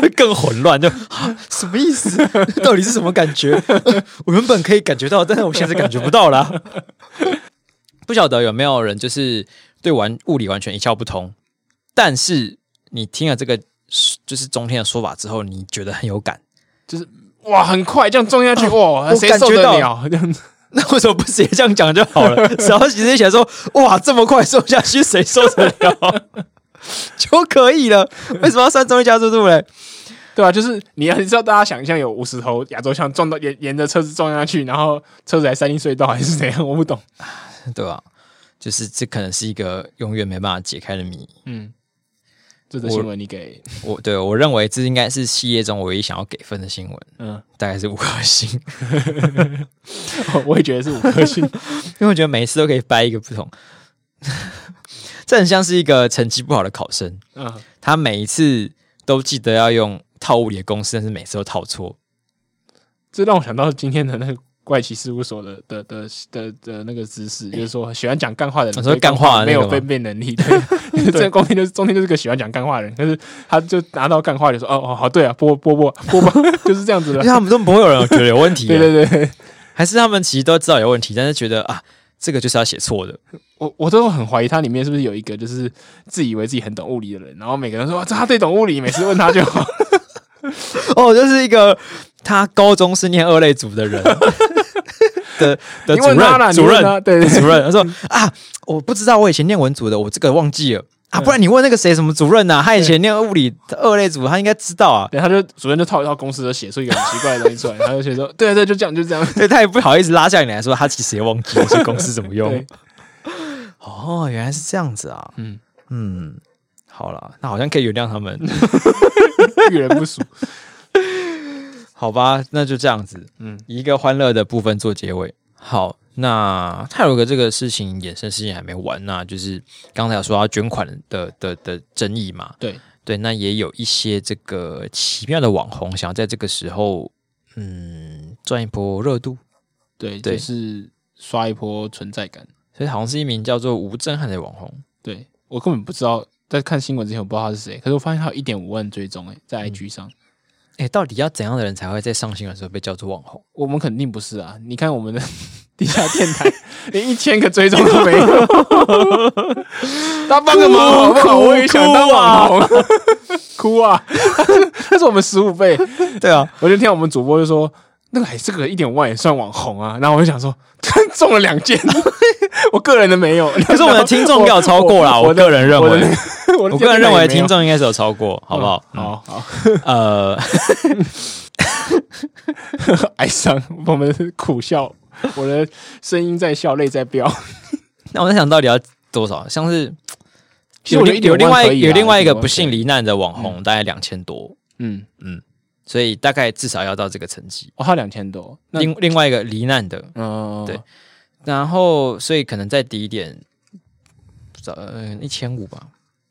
会更混乱。就、啊、什么意思？到底是什么感觉？ 呃我原本可以感觉到，但是我现在感觉不到啦。不晓得有没有人就是对完物理完全一窍不通，但是你听了这个就是中天的说法之后，你觉得很有感。哇，很快这样撞 下去，哇，我谁感受觉得到了？这样子， 那为什么不直接这样讲就好了？ 然后直接写说：“哇，这么快瘦下去，谁受得了？” 就可以了。为什么要算重力加速度嘞？对啊，就是你要你知道，大家想象有五十头亚洲象撞到沿沿着车子撞下去，然后车子还塞进隧道，还是怎样？我不懂。对吧、就是这可能是一个永远没办法解开的谜。嗯，这则我新闻你给我对我认为这应该是系列中我唯一想要给分的新闻，嗯，大概是五颗 星， 我也觉得是五颗 星。因为我觉得每一次都可以掰一个不同。 这很像是一个成绩不好的考生，嗯，他每一次都记得要用套物理的公式，但是每次都套错。这让我想到今天的那个怪奇事务所的的的的的那个知识，就是说喜欢讲干话的人，哦你说干话的没那个有吗分辨能 力。对，这公平就是中天就是个喜欢讲干话的人，可是他就拿到干话就说哦哦好对啊，波波波波波 就是这样子因的为。他们都不会有人觉得有问题、 啊 对对对，还是他们其实都知道有问题，但是觉得啊，这个就是要写错的，我我都很怀疑它里面是不是有一个就是自以为自己很懂物理的人，然后每个人说哇这他最懂物理，每次问他就好。哦，就是一个他高中是念二类组的人 的 的你主问他啦，任，你主问任他，对对对主任，他说啊，我不知道，我以前念文组的，我这个忘 记了啊，不然你问那个谁什么主任呐、啊，他以前念物理二类组，他应该知道啊。对，他就主任就套一套公式，就写出一个很奇怪的东西出来，然后就写说，对对，就这样，就这样。 对，他也不好意思拉下你来说，他其实也忘记这些公式怎么 用对。哦，原来是这样子啊。嗯嗯嗯，好了，那好像可以原谅他们。遇人不淑。好吧，那就这样子，嗯嗯，以一个欢乐的部分做结尾。好，那泰鲁格这个事情衍生事件还没完呐、就是刚才有说到捐款的的的的争议嘛，对，对，那也有一些这个奇妙的网红想要在这个时候，嗯，赚一波热度，对，就对是刷一波存在感。所以好像是一名叫做吴震撼的网红，对我根本不知道，在看新闻之前我不知道他是谁，可是我发现他有一点五万追踪诶、在 IG 上。哎，到底要怎样的人才会在上新闻的时候被叫做网红？我们肯定不是啊！你看我们的 地下电台，连一千个追踪都没有，他帮个忙好不好？我也想当网红， 哭啊！那是我们十五倍，对啊，我就听我们主播就说：“那个还这个一点万也算网红啊。然后我就想说， 中了两 件，我个人的没有，可是我们的听众要超过啦，我 我个人认我的为， 我我个人认为听众众应该是有嗯超过，好不好？好好呃， 哀伤，我们苦笑，我的声音在笑，泪在 飙。那我在想到底要多少？像是其实我觉得有1.5有另外万可以啊嗯有另外一个1.5万不幸罹难的网红，大概两千多，嗯，所以大概至少要到这个成绩。哦，他两千多，那另另外一个罹难的，嗯，对然后所以可能再低一点，不知道呃一千五吧，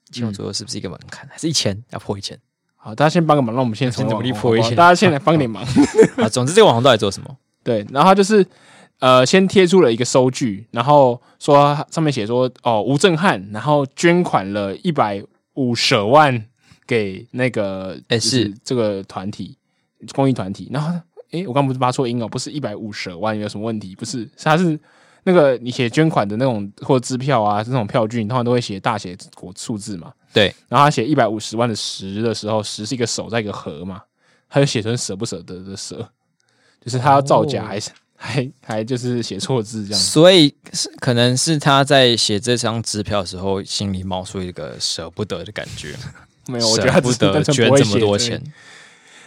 一嗯千五左右是不是一个门槛？还是一千要破一千好，大家先帮个忙，让我们现在从先努力网红破一好不好些大家先来帮点忙。啊？总之这个网红到底做什么？对，然后他就是呃，先贴出了一个收据，然后说上面写说哦，吴正汉，然后捐款了一百五十万给那个哎就是这个团体公益团体，然后诶，我刚不是发错音哦，不是一百五十万，有什么问题？不是，是他是。那个你写捐款的那种或支票啊，那种票据，你通常都会写大写国数字嘛。对，然后他写一百五十万的十的时候，十是一个手在一个和嘛，他就写成舍不舍得的舍，就是他要造假哦还是、还还就是写错字这样子。所以是可能是他在写这张支票的时候，心里冒出一个舍不得的感觉，没有，我觉得舍他不只是单得纯捐不会这写么多对钱。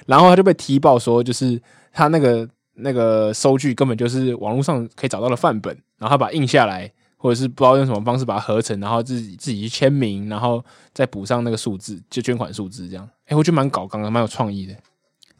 然后他就被踢爆说，就是他那个那个收据根本就是网络上可以找到的范本，然后他把它印下来，或者是不知道用什么方式把它合成，然后自己自己去签名，然后再补上那个数字，就捐款数字这样。哎，我觉得蛮搞刚刚蛮有创意的。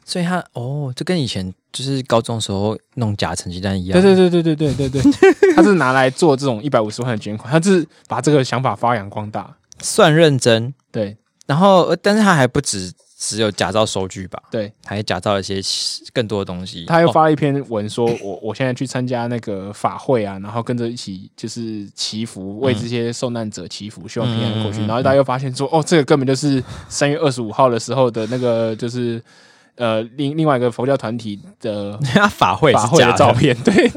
所以他哦，就跟以前就是高中时候弄假成绩单一样，对对对对对对对对，他是拿来做这种一百五十万的捐款，他是把这个想法发扬光大。算认真。对然后，呃但是他还不止只有假造收据吧？对，还假造一些其更多的东西。他又哦发了一篇文说，我我现在去参加那个法会啊，然后跟着一起就是祈福，为这些受难者祈福，希望平安过去。嗯嗯嗯嗯嗯然后大家又发现说，哦，这个根本就是三月二十五号的时候的那个就是。呃，另另外一个佛教团体 的他法会法是会假的照。片， 对，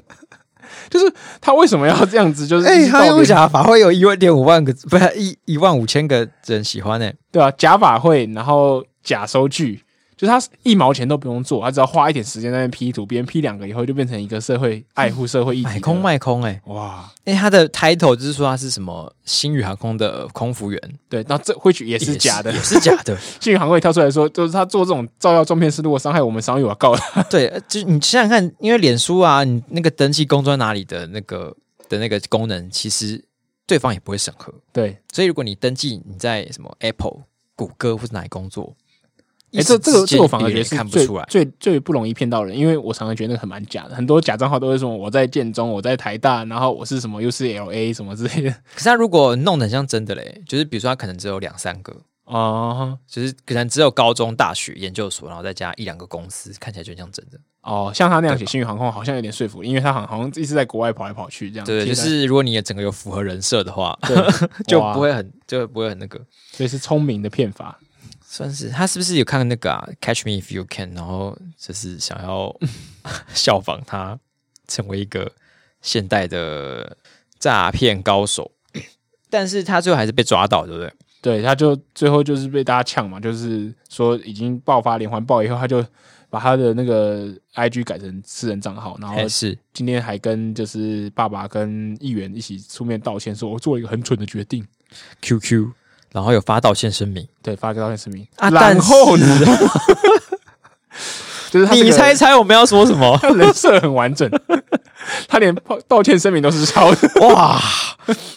就是他为什么要这样子？就是 哎、他到用底假法会有一万点五万个，不是一一万五千个人喜欢呢、对啊，假法会，然后假收据，就是他一毛钱都不用做，他只要花一点时间在那边 P 图，别人 P 两个以后就变成一个社 会爱护社会议题。买哎空，卖空哎、哇，哎、他的 title 就是说他是什么星宇航空的空服员，对，那这或许也也是假的 也。是假的。信誉行会跳出来说，就是他做这种造谣撞骗是，如果伤害我们商誉，我要告他。对，呃就是你想想看，因为脸书啊，你那个登记工作在哪里的那个的那个功能，其实对方也不会审核。对，所以如果你登记你在什么 Apple、谷歌或者哪里工作，哎、这这个这个我反而而觉得是看不最出来。最最不容易骗到人，因为我常常觉得那个很蛮假的，很多假账号都会说我在建中，我在台大，然后我是什么 UCLA 什么之类的。可是他如果弄得很像真的嘞，就是比如说他可能只有两三个，哦就是可能只有高中、大学、研究所，然后再加一两个公司，看起来就很像真的。哦，像他那样写信誉航空好像有点说服力，因为他好好像一直在国外跑来跑去这样。对，听就起来是如果你也整个有符合人设的话，啊对 就哇不会很就不会很那个。所以是聪明的骗法。算是他是不是有看那个啊《Catch Me If You Can》，然后就是想要 效仿他，成为一个现代的诈骗高手，但是他最后还是被抓到，对不对？对，他就最后就是被大家呛嘛，就是说已经爆发连环爆以后，他就把他的那个 IG 改成私人账号，然后还是今天还跟就是爸爸跟议员一起出面道歉，说我做了一个很蠢的决定。 QQ，然后有发道歉声明对，发个道歉声明啊？然后呢，但是 就是他这个你猜猜我们要说什 么？他 人设很完整，他连道歉声明都是抄的，哇，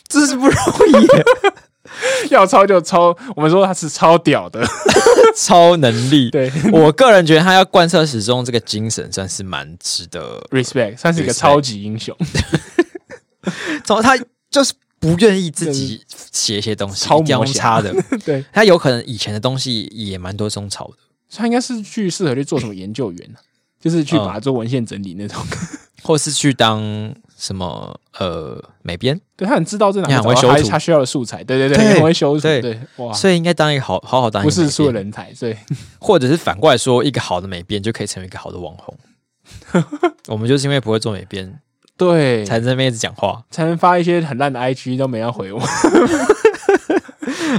这是不容易耶，要抄就抄。我们说他是超屌的， 超能力。对我个人觉得他要贯彻始终这个精神，算是蛮值得，respect 算是一个 Respect 超级英雄， 从他就是不愿意自己写一些东西，超一定要模用侠插的。 对。他有可能以前的东西也蛮多中草的，他应该是去适合去做什么研究员、啊、就是去嗯把它做文献整理那种。或是去当什么呃美编，对他很知道这哪里你找很会到修他图他需要的素材，对对对很会修图，对对，哇，所以应该当一个好好好当一不个美是输编，人才，对，或者是反过来说，一个好的美编就可以成为一个好的网 红。我们就是因为不会做美编，对，才在那边一直讲话。才能发一些很烂的 IG 都没人要回我。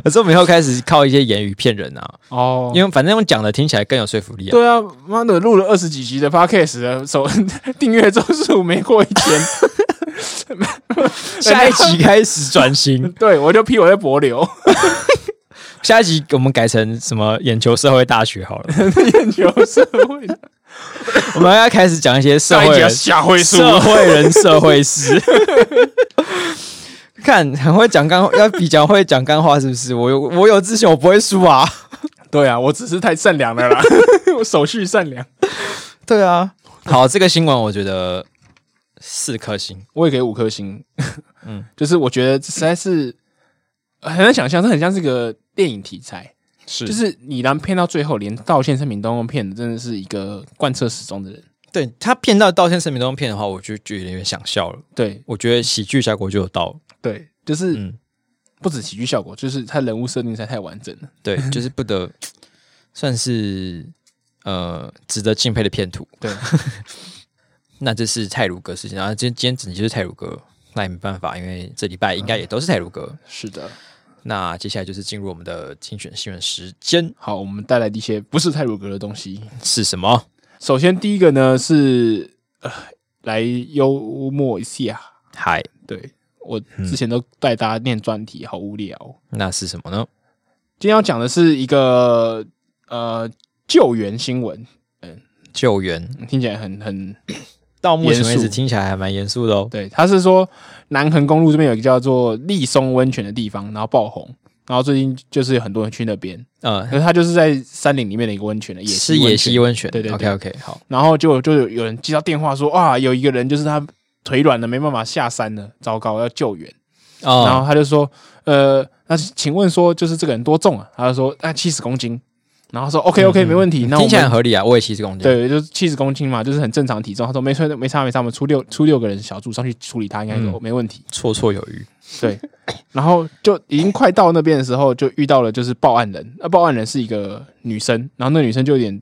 可是我们以后开始靠一些言语骗人啊，哦，因为反正用讲的听起来更有说服力啊。对啊，妈的，录了二十几集的 podcast，了首订阅周数没过一千，下一集开始转型，对我就批我在博流下一集我们改成什么眼球社会大学好了，研究社会， 我们要开始讲一些社上一会集要人下回数，社会人、社会 事。看，很会讲干，要比较会讲干话，是不是？我有我有自信，我不会输啊。对啊，我只是太善良了啦， 我手续善良，对啊，好，这个新闻我觉得四颗星，我也给五颗星，嗯嗯， 就是我觉得实在是很难想象，这很像是个电影题材，是就是你能骗到最后，连道歉声明都用骗的，真的是一个贯彻始终的人。对他骗到道歉声明中骗的话，我就就有点想笑了。对我觉得喜剧效果就有到了，对，就是、嗯不止喜剧效果，就是他人物设定实在太完整了。对，就是不得算是呃值得敬佩的骗徒。 对，那这是泰鲁格事情，然后今今天整集就是泰鲁格，那也没办法，因为这礼拜应该也都是泰鲁格。是的，那接下来就是进入我们的精选新闻时间好，我们带来的一些不是泰鲁格的东西。是什么？首先，第一个呢是呃，来幽默一下。嗨，对嗯我之前都带大家念专题，好无聊哦。那是什么呢？今天要讲的是一个呃救援新闻，救援听起来很很到目前为严肃止听起来还蛮严肃的哦。对。他是说南横公路这边有一个叫做立松温泉的地方，然后爆红，然后最近就是有很多人去那 边，可呃，是它就是在山林里面的一个温泉的野是溪野温溪泉。温泉。对对 o 对 k OK，好，然后就就有有人接到电话说啊，有一个人就是他腿软了，没办法下山了，糟糕，要救援。然哦，后他就说，呃，那请问说，就是这个人多重啊？他就说，啊，七十公斤。然后他说，OK OK，没问题。那我嗯听起来很们合理啊，我也七十公斤。，对，就是七十公斤嘛，就是很正常体重。他说没错，没差没差，我们出六出六个人小组上去处理他，应该有嗯没问题。绰绰有余。对， 然后就已经快到那边的时候，就遇到了就是报案人，那、报案人是一个女生，然后那女生就有点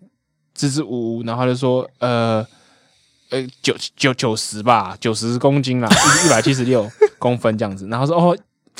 支支吾吾，然后她就说，呃。呃，九九九十吧，九十公斤啦，一百七十六公分这样子。然后说哦，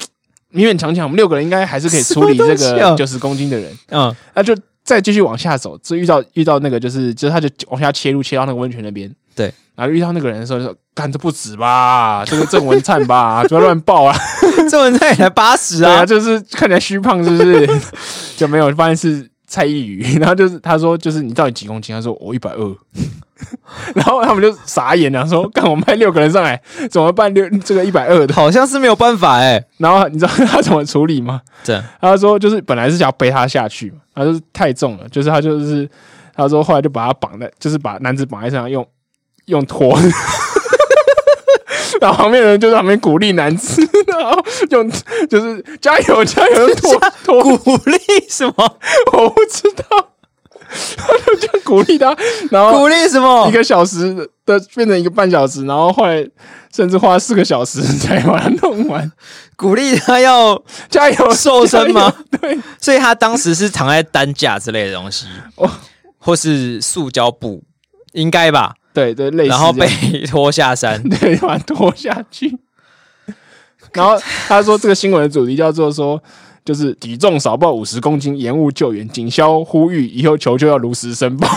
勉勉强强，我们六个人应该还是可以处理这什个么东西哦九十公斤的人。嗯，那就再继续往下走，就遇到遇到那个就是就是他就往下切入，切到那个温泉那边。对，然后遇到那个人的时候就说：“干，这不止吧， 这个郑文灿吧，不要乱报啊！”嗯这文菜也才八十对啊，啊。就是看起来虚胖，是不是？ 就没有发现是蔡依瑜，然后就是他说，就是你到底几公斤？他说我一百二， 然后他们就傻眼了，说干我们派六个人上来，怎么办六这个一百二的？好像是没有办法哎、然后你知道他怎么处理吗？这样他说就是本来是想要背他下去嘛，他就是太重了，就是他就是他说后来就把他绑在，就是把男子绑在身上用用拖。 然后旁边的人就在旁边鼓励男子， 然后用就是加油加油 拖拖鼓励什么？我不知道， 他就这样鼓励他，然后鼓励什么哦一？个小时的变成一个半小时，然后后来甚至花了四个小时才把它弄完。鼓励他要加油，瘦身吗加油？对，所以他当时是躺在担架之类的 东西，哦或是塑胶布，应该吧？对对，类似这样，，然后被拖下 山 对把它拖下去。 然后他说，这个新闻的主题叫做说，就是体重少报五十公斤延误救援，警消呼吁以后求救要如实申报，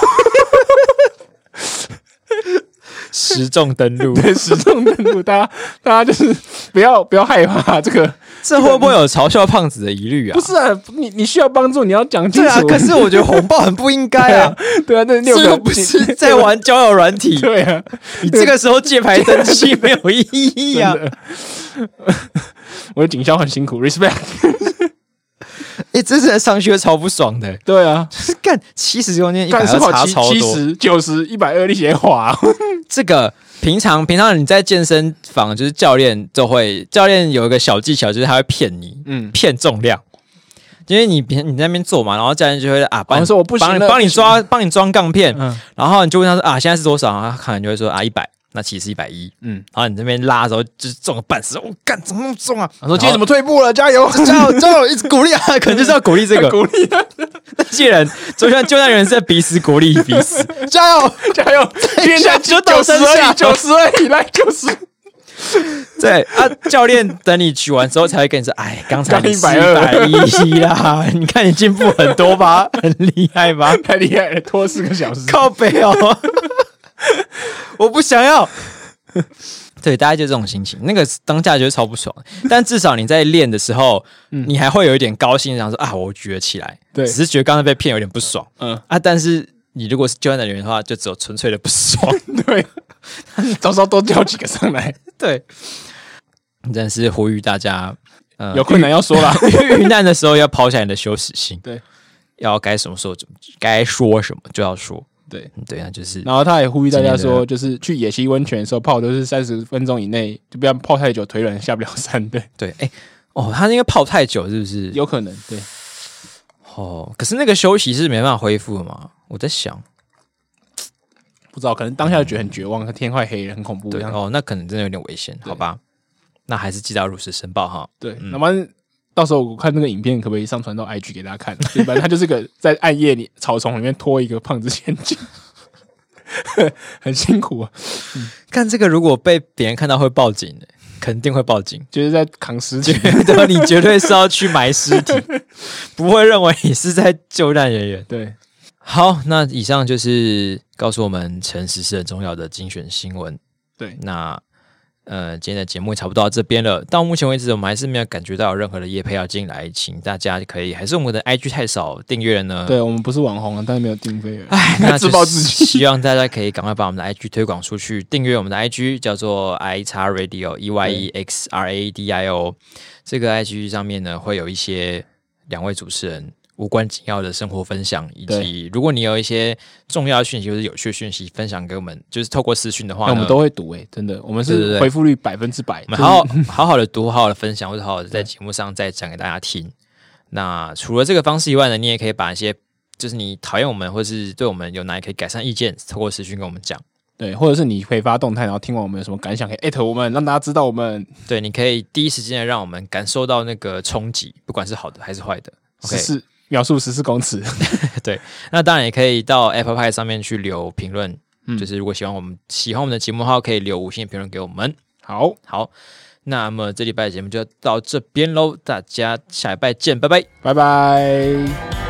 失重登陆。对实重程度，大家大家就是不要不要害怕这个，这会不会有嘲笑胖子的疑虑啊不？是啊，你你需要帮助，你要讲清对楚。啊，可是我觉得红包很不应 该啊，对啊，那六这个又不是 在玩交友软 体， 对啊，你这个时候借牌登记没有意义 啊！真的 我的警校很辛苦，respect。哎，这是上学超不爽的，对啊，就是干七十公斤一百干要是跑差七超七多。十九十一百二，你写滑。这个平常平常你在健身房，就是教练就会教练有一个小技巧，就是他会骗你，嗯，骗重量，因为你平你在那边做嘛，然后教练就会啊，帮我你哦说我不行帮你了帮你抓帮你装杠片，嗯然后你就问他说啊，现在是多少？然后他可能就会说啊一百，那其实是一百一，嗯，然后你这边拉的时候就是重个半死，我、哦、干怎么那么重啊？我说今天怎么退步了？加 油！然 后？加油加油！一直鼓励啊，可能就是要鼓励这 个。鼓励他，那些人，就像就像有人是在彼此鼓励彼此，加油，加油！今天才就到九十山下而已，九十而已，来九十。 对啊，教练等你举完之后才会跟你说，哎，刚才你刚一百一啦， 你看你进步很多 吧，很厉害吧，太厉害了，拖四个小时。靠背哦， 我不想要。 对，大概就这种心情，那个当下觉得超不爽，但至少你在练的时候，你还会有一点高兴，想说啊，我举得起来。对只是觉得刚才被骗有点不爽嗯，啊。但是你如果是教练的人的话，就只有纯粹的不爽。对， 到时候多叫几个上来， 对， 真的是呼吁大家，呃，有困难要说 啦。遇难的时候要抛下你的羞耻心，对，要该什么时候就该说什么就要说，对，嗯对，那就是然后他也呼吁大家今天说，就是去野溪温泉的时候泡都是三十分钟以内，就不要泡太久，腿软下不了山。对，对，哎、哦，他那个泡太久是不是？有可能。对，哦，可是那个休息是没办法恢复的嘛？我在想，不知道，可能当下就觉得很绝望，天快黑了，很恐怖这对样。哦，那可能真的有点危险，好吧？那还是记得要如实申报哈。对，那么到时候我看那个影片，可不可以上传到 IG 给大家看？ 就反正他就是个在暗夜里草丛里面拖一个胖子前进， 很辛苦啊，。看这个，如果被别人看到会报警的，肯定会报警 就是在扛尸体。对，你绝对是要去埋 尸体，不会认为你是在救难人员。对，好，那以上就是告诉我们诚实是很重要的精选新闻。对那呃，今天的节目也差不多到这边了。到目前为止，我们还是没有感觉到有任何的业配要进来，请大家可以还是我们的 IG 太少订阅了呢。对我们不是网红啊，但是没有定位。 唉，哎那就自暴自 弃希望大家可以赶快把我们的 IG 推广出去，订阅我们的 IG 叫做 i x radio e y e x r a d i o。这个 IG 上面呢，会有一些两位主持人无关紧要的生活分享，以及如果你有一些重要的讯息或者有趣的讯息分享给我们，就是透过私讯的话那呢，我们都会读诶、真的，我们对对是对回复率百分之百。我们好好好好的读，好好的分享，或者好好的在节目上再讲给大家听。那除了这个方式以外呢，你也可以把一些就是你讨厌我们，或是对我们有哪里可以改善意见，透过私讯跟我们讲。对，或者是你可以发动态，然后听完我们有什么感想，可以艾特我们，让大家知道我们对，你可以第一时间的让我们感受到那个冲击，不管是好的还是坏的。OK，十四描述十四公尺。 那当然也可以到 Apple Pie 上面去留评论，就是如果喜欢我们喜欢我们的节目的话，可以留五星的评论给我们。好，好，那么这礼拜的节目就到这边喽，大家下礼拜见，拜拜。拜拜。